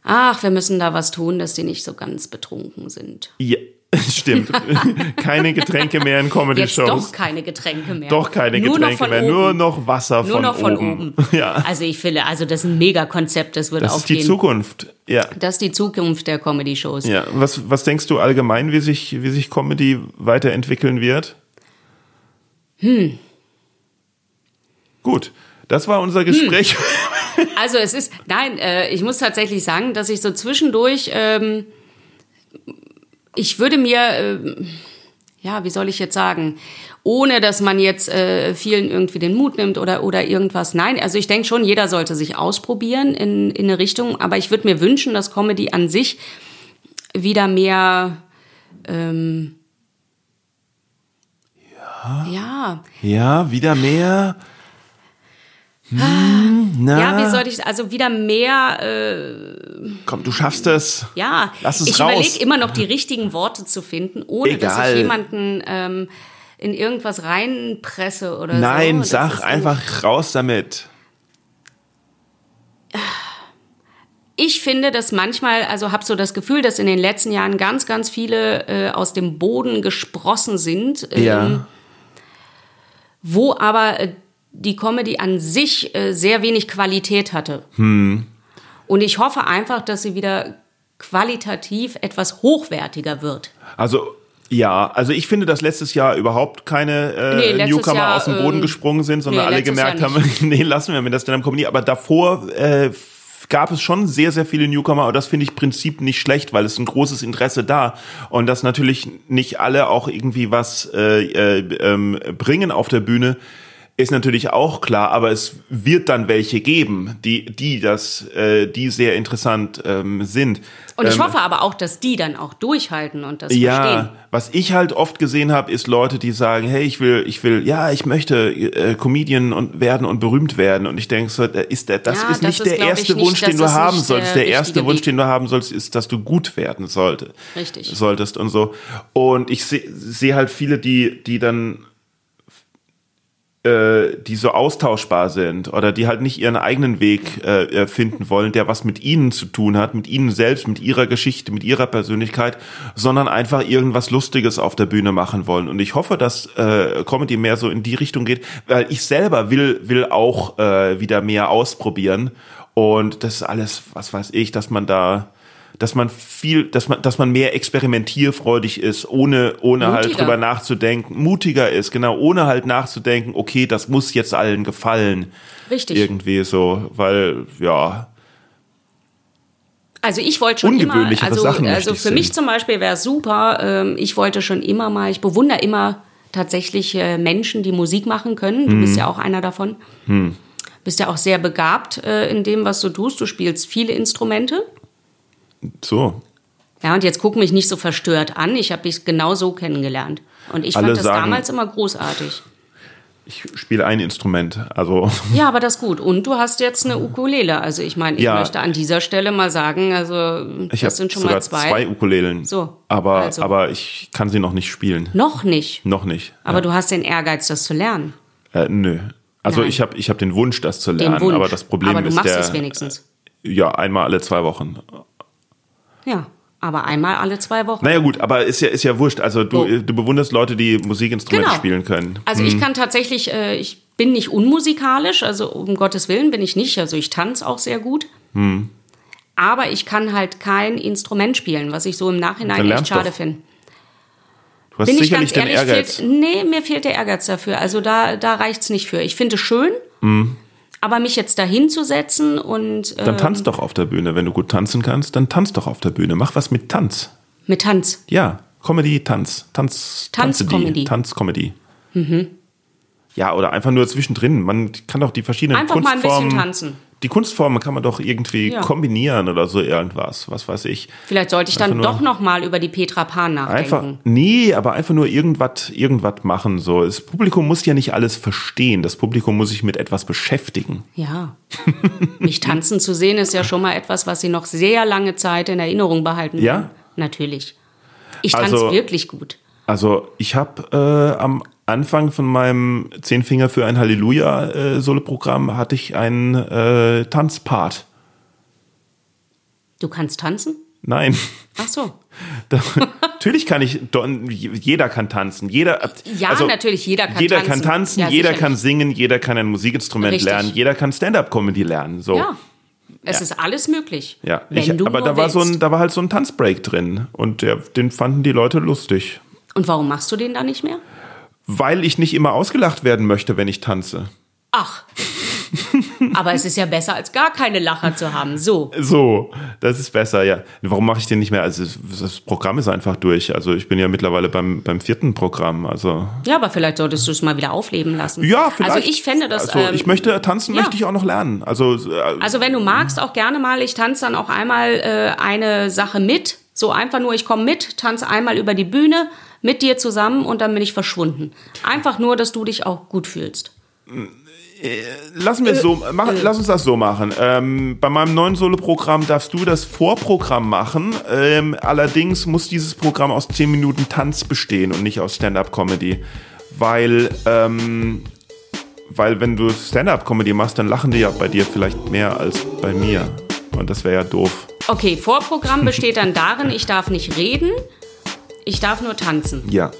Speaker 2: Ach, wir müssen da was tun, dass die nicht so ganz betrunken sind.
Speaker 1: Ja, stimmt. keine Getränke mehr in
Speaker 2: Jetzt doch
Speaker 1: Comedy-Shows.
Speaker 2: keine Getränke mehr.
Speaker 1: Doch, keine
Speaker 2: Nur noch
Speaker 1: Getränke
Speaker 2: von
Speaker 1: mehr,
Speaker 2: oben.
Speaker 1: nur noch Wasser
Speaker 2: Nur
Speaker 1: von,
Speaker 2: noch von
Speaker 1: oben.
Speaker 2: oben.
Speaker 1: Ja,
Speaker 2: Also ich finde, also das ist ein Mega-Konzept, das würde
Speaker 1: das ist die
Speaker 2: aufgehen.
Speaker 1: Zukunft. Ja.
Speaker 2: das ist die Zukunft der Comedy-Shows.
Speaker 1: Ja, was, was denkst du allgemein, wie sich, wie sich Comedy weiterentwickeln wird? Hm. Gut, das war
Speaker 2: Hm.
Speaker 1: unser Gespräch.
Speaker 2: Also es ist, nein, äh, ich muss tatsächlich sagen, dass ich so zwischendurch, ähm, ich würde mir, ähm, ja, wie soll ich jetzt sagen, ohne dass man jetzt äh, vielen irgendwie den Mut nimmt oder, oder irgendwas. Nein, also ich denke schon, jeder sollte sich ausprobieren in, in eine Richtung, aber ich würde mir wünschen, dass Comedy an sich wieder mehr, ähm, ja, ja
Speaker 1: Ja, wieder mehr. Hm, na,
Speaker 2: Ah. Ja, wie soll ich, also wieder mehr, äh,
Speaker 1: komm, du schaffst es.
Speaker 2: ja,
Speaker 1: Lass es
Speaker 2: ich
Speaker 1: raus.
Speaker 2: überlege immer noch die richtigen Worte zu finden, ohne dass
Speaker 1: Egal.
Speaker 2: ich jemanden ähm, in irgendwas reinpresse oder so.
Speaker 1: Nein,
Speaker 2: Das
Speaker 1: sag
Speaker 2: ist-
Speaker 1: einfach raus damit.
Speaker 2: ich finde, dass manchmal, also habe so das Gefühl, dass in den letzten Jahren ganz, ganz viele äh, aus dem Boden gesprossen sind. ähm,
Speaker 1: Ja.
Speaker 2: Wo aber äh, die Comedy an sich äh, sehr wenig Qualität hatte.
Speaker 1: Hm.
Speaker 2: Und ich hoffe einfach, dass sie wieder qualitativ etwas hochwertiger wird.
Speaker 1: Also ja, also ich finde, dass letztes Jahr überhaupt keine
Speaker 2: Nee,
Speaker 1: äh,
Speaker 2: letztes
Speaker 1: Newcomer
Speaker 2: Jahr,
Speaker 1: aus dem Boden
Speaker 2: ähm,
Speaker 1: gesprungen sind, sondern
Speaker 2: nee,
Speaker 1: alle
Speaker 2: letztes
Speaker 1: gemerkt
Speaker 2: Jahr
Speaker 1: haben, nee, lassen wir mit der Stand-Up-Comedy. Aber davor äh, f- gab es schon sehr, sehr viele Newcomer und das finde ich im Prinzip nicht schlecht, weil es ein großes Interesse da und dass natürlich nicht alle auch irgendwie was äh, äh, ähm, bringen auf der Bühne. Ist natürlich auch klar, aber es wird dann welche geben, die, die das, äh, die sehr interessant ähm, sind.
Speaker 2: Und ich
Speaker 1: ähm,
Speaker 2: hoffe aber auch, dass die dann auch durchhalten und das
Speaker 1: ja,
Speaker 2: verstehen.
Speaker 1: was ich halt oft gesehen habe, ist Leute, die sagen, hey, ich will, ich will, ja, ich möchte äh, Comedian und werden und berühmt werden. Und ich denke, so, da ist der, das ist
Speaker 2: Ja, das
Speaker 1: nicht
Speaker 2: ist,
Speaker 1: der
Speaker 2: glaub ich,
Speaker 1: erste
Speaker 2: nicht-
Speaker 1: Wunsch,
Speaker 2: das
Speaker 1: den du
Speaker 2: ist
Speaker 1: haben
Speaker 2: nicht
Speaker 1: sollst.
Speaker 2: der
Speaker 1: Der erste
Speaker 2: richtige
Speaker 1: Wunsch,
Speaker 2: Weg.
Speaker 1: den du haben sollst, ist, dass du gut werden sollte,
Speaker 2: Richtig.
Speaker 1: solltest und so. Und ich sehe seh halt viele, die, die dann äh, die so austauschbar sind oder die halt nicht ihren eigenen Weg äh, äh, finden wollen, der was mit ihnen zu tun hat, mit ihnen selbst, mit ihrer Geschichte, mit ihrer Persönlichkeit, sondern einfach irgendwas Lustiges auf der Bühne machen wollen. Und ich hoffe, dass äh, Comedy mehr so in die Richtung geht, weil ich selber will, will auch äh, wieder mehr ausprobieren. Und das ist alles, was weiß ich, dass man da dass man viel, dass man, dass man mehr experimentierfreudig ist, ohne, ohne halt
Speaker 2: Mutiger.
Speaker 1: drüber nachzudenken, mutiger ist, genau, ohne halt nachzudenken, okay, das muss jetzt allen gefallen.
Speaker 2: Richtig.
Speaker 1: Irgendwie so, weil, ja,
Speaker 2: Also ich wollte schon immer,
Speaker 1: Ungewöhnlichere
Speaker 2: also,
Speaker 1: Sachen möchte
Speaker 2: also
Speaker 1: ich
Speaker 2: für mich
Speaker 1: sehen.
Speaker 2: zum Beispiel wäre es super, ähm, ich wollte schon immer mal, ich bewundere immer tatsächlich äh, Menschen, die Musik machen können. Du
Speaker 1: Mhm.
Speaker 2: bist ja auch einer davon. Bist ja auch sehr begabt äh, in dem, was du tust. Du spielst viele Instrumente.
Speaker 1: so.
Speaker 2: Ja, und jetzt guck mich nicht so verstört an. Ich habe dich genau so kennengelernt. Und ich
Speaker 1: Alle
Speaker 2: fand das
Speaker 1: sagen-
Speaker 2: damals immer großartig.
Speaker 1: Ich spiele ein Instrument, also,
Speaker 2: Ja, aber das ist gut. Und du hast jetzt eine Ukulele. Also ich meine, ich
Speaker 1: Ja.
Speaker 2: möchte an dieser Stelle mal sagen, also
Speaker 1: ich habe
Speaker 2: das sind schon
Speaker 1: sogar
Speaker 2: mal
Speaker 1: zwei. Ukulelen.
Speaker 2: So,
Speaker 1: Aber,
Speaker 2: also.
Speaker 1: aber ich kann sie noch nicht spielen.
Speaker 2: Noch nicht.
Speaker 1: Noch nicht.
Speaker 2: Aber du hast den Ehrgeiz, das zu lernen.
Speaker 1: Äh, nö. Also
Speaker 2: Nein.
Speaker 1: ich habe ich hab den Wunsch, das zu
Speaker 2: Den
Speaker 1: lernen,
Speaker 2: Wunsch.
Speaker 1: aber das Problem
Speaker 2: aber du
Speaker 1: ist
Speaker 2: machst
Speaker 1: der,
Speaker 2: es wenigstens.
Speaker 1: ja, einmal alle zwei Wochen.
Speaker 2: Ja, aber einmal alle zwei Wochen.
Speaker 1: Naja gut, aber ist ja, ist ja wurscht. Also du,
Speaker 2: So.
Speaker 1: äh, du bewunderst Leute, die Musikinstrumente
Speaker 2: Genau.
Speaker 1: spielen können.
Speaker 2: Also ich kann tatsächlich, äh, ich bin nicht unmusikalisch, also um Gottes Willen bin ich nicht. Also ich tanze auch sehr gut.
Speaker 1: Hm.
Speaker 2: Aber ich kann halt kein Instrument spielen, was ich so im
Speaker 1: Dann
Speaker 2: Nachhinein echt
Speaker 1: lern's
Speaker 2: schade
Speaker 1: doch.
Speaker 2: finde.
Speaker 1: Du hast
Speaker 2: Bin ich
Speaker 1: sicherlich
Speaker 2: ganz
Speaker 1: den
Speaker 2: ehrlich,
Speaker 1: Ehrgeiz.
Speaker 2: fehlt, nee, mir fehlt der Ehrgeiz dafür. Also da, da reicht's nicht für. Ich finde es schön, aber mich jetzt dahin zu setzen und äh,
Speaker 1: Hm. Dann tanz doch auf der Bühne. Wenn du gut tanzen kannst, dann tanz doch auf der Bühne. Mach was mit Tanz.
Speaker 2: äh, mit Tanz.
Speaker 1: Ja, Comedy, Tanz. Tanz,
Speaker 2: Tanzcomedy. Mhm.
Speaker 1: Tanzcomedy. Ja, oder einfach nur zwischendrin. Man kann doch die verschiedenen
Speaker 2: Einfach mal ein bisschen
Speaker 1: Kunstformen.
Speaker 2: tanzen.
Speaker 1: Die Kunstformen kann man doch irgendwie
Speaker 2: Ja.
Speaker 1: kombinieren oder so irgendwas. Was weiß ich.
Speaker 2: Vielleicht sollte ich dann
Speaker 1: Einfach nur-
Speaker 2: doch noch mal über die Petra Pan nachdenken.
Speaker 1: Einfach, nee, aber einfach nur irgendwas, irgendwas machen. So, das Publikum muss ja nicht alles verstehen. Das Publikum muss sich mit etwas beschäftigen.
Speaker 2: Ja. Mich tanzen zu sehen ist ja schon mal etwas, was sie noch sehr lange Zeit in Erinnerung behalten
Speaker 1: Ja?
Speaker 2: werden. Natürlich. Ich tanze
Speaker 1: Also-
Speaker 2: wirklich gut.
Speaker 1: Also ich habe äh, am Anfang von meinem Zehn Finger für ein Halleluja äh, Solo-Programm hatte ich einen äh, Tanzpart.
Speaker 2: Du kannst tanzen?
Speaker 1: Nein,
Speaker 2: Ach so.
Speaker 1: Da- natürlich kann ich. don- Jeder kann tanzen. Jeder. also,
Speaker 2: Ja, natürlich, jeder kann
Speaker 1: jeder
Speaker 2: tanzen.
Speaker 1: kann tanzen.
Speaker 2: Ja,
Speaker 1: jeder
Speaker 2: sicherlich.
Speaker 1: kann singen. Jeder kann ein Musikinstrument
Speaker 2: Richtig.
Speaker 1: lernen. Jeder kann Stand-up-Comedy lernen. So.
Speaker 2: Ja. Es ist alles möglich.
Speaker 1: Oh. Ja,
Speaker 2: Wenn
Speaker 1: ich,
Speaker 2: du
Speaker 1: aber
Speaker 2: nur
Speaker 1: da war, so
Speaker 2: willst.
Speaker 1: ein, da war halt so ein Tanzbreak drin und der, den fanden die Leute lustig.
Speaker 2: Und warum machst du den da nicht mehr?
Speaker 1: Weil ich nicht immer ausgelacht werden möchte, wenn ich tanze.
Speaker 2: Ach. aber es ist ja besser, als gar keine Lacher zu haben. So.
Speaker 1: So, das ist besser, ja. Warum mache ich den nicht mehr? Also es- das Programm ist einfach durch. Also ich bin ja mittlerweile beim, beim vierten Programm. Also
Speaker 2: Ja, aber vielleicht solltest du es mal wieder aufleben lassen.
Speaker 1: ja, vielleicht.
Speaker 2: Also ich fände das.
Speaker 1: Also
Speaker 2: ähm,
Speaker 1: ich möchte tanzen,
Speaker 2: ja.
Speaker 1: möchte ich auch noch lernen. Also, äh,
Speaker 2: Also wenn du magst, auch gerne mal. Ich tanze dann auch einmal äh, eine Sache mit. So einfach nur, ich komme mit, tanze einmal über die Bühne mit dir zusammen und dann bin ich verschwunden. Einfach nur, dass du dich auch gut fühlst.
Speaker 1: lassen wir es so, mach, lass uns das so machen. Ähm, bei meinem neuen Solo-Programm darfst du das Vorprogramm machen. Ähm, allerdings muss dieses Programm aus 10 Minuten Tanz bestehen und nicht aus Stand-up-Comedy, weil ähm, weil wenn du Stand-up-Comedy machst, dann lachen die ja bei dir vielleicht mehr als bei mir. Und das wäre ja doof.
Speaker 2: Okay, Vorprogramm besteht dann darin, ich darf nicht reden, ich darf nur tanzen.
Speaker 1: Ja.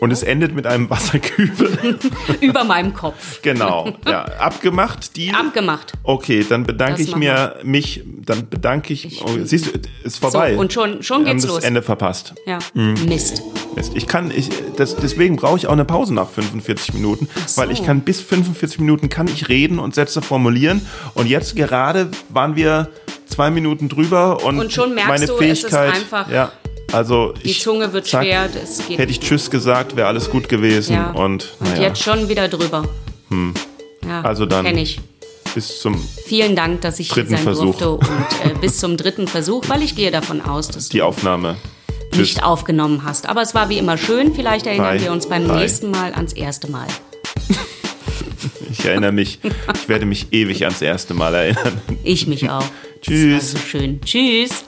Speaker 1: Und es endet mit einem Wasserkübel.
Speaker 2: Über meinem Kopf.
Speaker 1: genau. Ja, abgemacht, die.
Speaker 2: Amt gemacht.
Speaker 1: Okay, dann bedanke
Speaker 2: Das
Speaker 1: ich
Speaker 2: machen
Speaker 1: mir mich, dann bedanke ich. Oh, siehst du, ist
Speaker 2: So,
Speaker 1: vorbei.
Speaker 2: und schon, schon
Speaker 1: Wir haben
Speaker 2: geht's
Speaker 1: das
Speaker 2: los.
Speaker 1: Ende verpasst.
Speaker 2: Ja.
Speaker 1: Hm.
Speaker 2: Mist.
Speaker 1: Mist. Ich kann, ich, das, deswegen brauche ich auch eine Pause nach 45 Minuten, weil ich kann bis 45 Minuten kann ich reden und Sätze formulieren. Und jetzt gerade waren wir zwei Minuten drüber und,
Speaker 2: Und schon merkst
Speaker 1: meine
Speaker 2: du, es ist
Speaker 1: Fähigkeit,
Speaker 2: einfach-
Speaker 1: ja, also
Speaker 2: Die Zunge wird
Speaker 1: zack,
Speaker 2: schwer, das geht.
Speaker 1: Hätte ich Tschüss gesagt, wäre alles gut gewesen.
Speaker 2: ja.
Speaker 1: Hm. Und, naja,
Speaker 2: jetzt schon wieder drüber. Ja,
Speaker 1: Also dann-
Speaker 2: Kenn ich.
Speaker 1: bis zum
Speaker 2: Vielen Dank, dass ich hier
Speaker 1: Dritten
Speaker 2: sein
Speaker 1: Versuch.
Speaker 2: durfte und äh, bis zum dritten Versuch, weil ich gehe davon aus, dass du
Speaker 1: die Aufnahme. Tschüss.
Speaker 2: nicht aufgenommen hast. Aber es war wie immer schön. Vielleicht erinnern
Speaker 1: Bye.
Speaker 2: wir uns beim
Speaker 1: Bye.
Speaker 2: nächsten Mal ans erste Mal.
Speaker 1: Ich erinnere mich. Ich werde mich ewig ans erste Mal erinnern.
Speaker 2: Ich mich auch.
Speaker 1: Tschüss.
Speaker 2: Das war so schön. Tschüss.